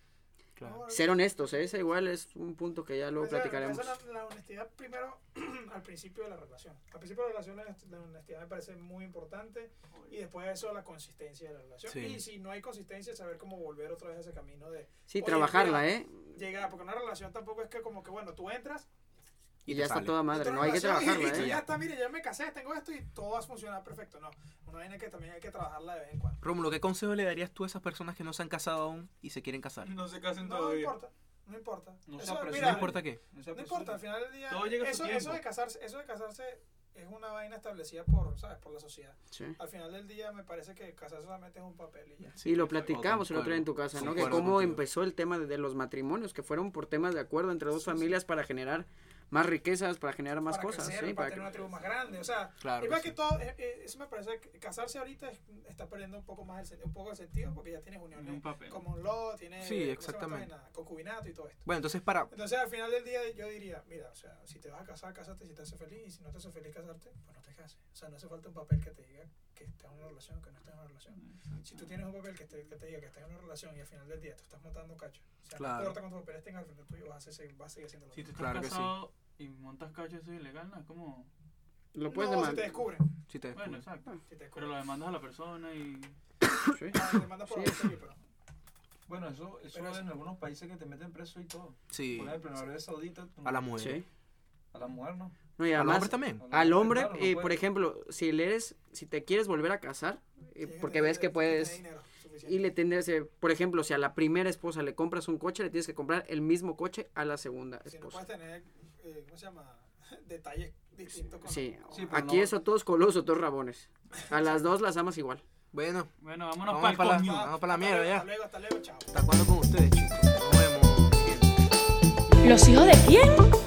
Speaker 3: Claro.
Speaker 4: Ser honestos, ¿eh? ese igual es un punto que ya luego
Speaker 5: Esa-
Speaker 4: platicaremos.
Speaker 5: Pues esa es la, la honestidad primero al principio de la relación. Al principio de la relación la honest- la honestidad me parece muy importante y después de eso la consistencia de la relación.
Speaker 3: Sí.
Speaker 5: Y si no hay consistencia, saber cómo volver otra vez a ese camino de
Speaker 4: Sí,
Speaker 5: Oye,
Speaker 4: trabajarla,
Speaker 5: mira,
Speaker 4: ¿eh?
Speaker 5: llegar, porque una relación tampoco es que como que bueno, tú entras,
Speaker 4: Y,
Speaker 3: te
Speaker 4: ya está
Speaker 3: sale.
Speaker 4: toda madre,
Speaker 5: entras a
Speaker 4: no
Speaker 5: una
Speaker 4: hay que
Speaker 5: relación y-
Speaker 4: trabajarla,
Speaker 5: y, tú
Speaker 4: ¿eh?
Speaker 5: ya está, mire, ya me casé, tengo esto y todo va a funcionar perfecto. No, una vaina que también hay que trabajarla de vez en cuando.
Speaker 3: Rómulo, ¿qué consejo le darías tú a esas personas que no se han casado aún y se quieren casar?
Speaker 2: No se casen
Speaker 5: No,
Speaker 2: todavía.
Speaker 5: importa, no importa.
Speaker 1: No se
Speaker 5: Eso,
Speaker 1: apresure.
Speaker 5: mira,
Speaker 3: No importa qué.
Speaker 1: se
Speaker 5: No
Speaker 1: apresure.
Speaker 5: importa, al final del día.
Speaker 2: Todo llega a su
Speaker 5: eso,
Speaker 2: tiempo.
Speaker 5: eso de casarse, eso de casarse es una vaina establecida por, ¿sabes? por la sociedad.
Speaker 4: Sí.
Speaker 5: Al final del día me parece que casarse solamente es un papel y ya.
Speaker 4: y lo platicamos el
Speaker 3: concuerdo,
Speaker 4: otro día en tu casa, ¿no? Que
Speaker 3: concuerdo
Speaker 4: cómo
Speaker 3: contigo.
Speaker 4: empezó el tema de, de los matrimonios, que fueron por temas de acuerdo entre dos familias para generar más riquezas, para generar más
Speaker 5: para
Speaker 4: cosas,
Speaker 5: crecer,
Speaker 4: ¿sí? Para
Speaker 5: para, tener
Speaker 4: que-
Speaker 5: una tribu más grande, o sea,
Speaker 3: Claro.
Speaker 5: igual
Speaker 3: que
Speaker 5: que
Speaker 3: sí.
Speaker 5: todo, eh, eh, eso me parece que casarse ahorita es- está perdiendo un poco más el, sen- un poco el sentido porque ya tienes
Speaker 2: En un
Speaker 5: uniones
Speaker 2: papel.
Speaker 5: como un law, tienes
Speaker 3: Sí,
Speaker 5: ¿cómo se llama
Speaker 3: exactamente.
Speaker 5: esta vaina? concubinato y todo esto.
Speaker 3: Bueno, entonces para...
Speaker 5: Entonces al final del día yo diría, mira, o sea, si te vas a casar, cásate si te hace feliz y si no te hace feliz casarte, pues no te cases. O sea, no hace falta un papel que te diga que estás en una relación, que no estás en una relación. Si tú tienes un papel que te, que te diga que estás en una relación y al final del día tú estás montando cacho, o sea,
Speaker 3: Claro.
Speaker 5: no importa cuántos papeles tengas al frente tuyo, vas a, seguir, vas a seguir haciendo lo
Speaker 2: Si tú
Speaker 5: mismo.
Speaker 2: estás
Speaker 3: Claro que sí.
Speaker 2: casado y montas cacho, eso es ilegal, ¿no? Es como...
Speaker 4: Lo puedes
Speaker 5: no, si te
Speaker 4: demandar.
Speaker 5: descubren.
Speaker 3: si te-
Speaker 2: Bueno, exacto.
Speaker 5: Si te
Speaker 2: Pero
Speaker 5: descubren.
Speaker 2: lo demandas a la persona y...
Speaker 4: Sí.
Speaker 5: Ah, te mandas por
Speaker 4: Sí.
Speaker 5: adulterio, pero-
Speaker 1: Bueno, eso, eso
Speaker 5: Pero eso-
Speaker 1: en algunos países que te meten preso y todo.
Speaker 3: Sí.
Speaker 1: Por ejemplo, en Arabia Saudita. tú-
Speaker 3: A la mujer.
Speaker 4: Sí.
Speaker 1: A la mujer, ¿no?
Speaker 4: No, y
Speaker 3: Al
Speaker 4: además,
Speaker 3: hombre también.
Speaker 1: A la
Speaker 4: al
Speaker 1: mujer,
Speaker 4: hombre,
Speaker 1: claro, no
Speaker 4: eh,
Speaker 1: puede.
Speaker 4: por ejemplo, si le eres, si te quieres volver a casar, eh,
Speaker 5: Tienes
Speaker 4: porque
Speaker 5: tener-
Speaker 4: ves que
Speaker 5: tienes tener
Speaker 4: puedes...
Speaker 5: dinero suficiente.
Speaker 4: Y le tendrías, eh, por ejemplo, si a la primera esposa le compras un coche, le tienes que comprar el mismo coche a la segunda
Speaker 5: Si no puedes
Speaker 4: esposa.
Speaker 5: tener, eh, ¿cómo se llama? Detalles distintos con
Speaker 4: Sí,
Speaker 1: Sí, pero
Speaker 4: aquí
Speaker 1: no-
Speaker 4: eso todos colosos, todos rabones. A las dos las amas igual.
Speaker 3: Bueno,
Speaker 2: Bueno, vámonos
Speaker 3: vamos para
Speaker 2: para
Speaker 3: la,
Speaker 2: el coño.
Speaker 3: vamos para la
Speaker 5: Hasta
Speaker 3: mierda
Speaker 5: luego,
Speaker 3: ya.
Speaker 5: Hasta luego, hasta luego, chao.
Speaker 3: ¿Hasta cuándo con ustedes, chicos? Nos vemos.
Speaker 8: ¿Los hijos de quién?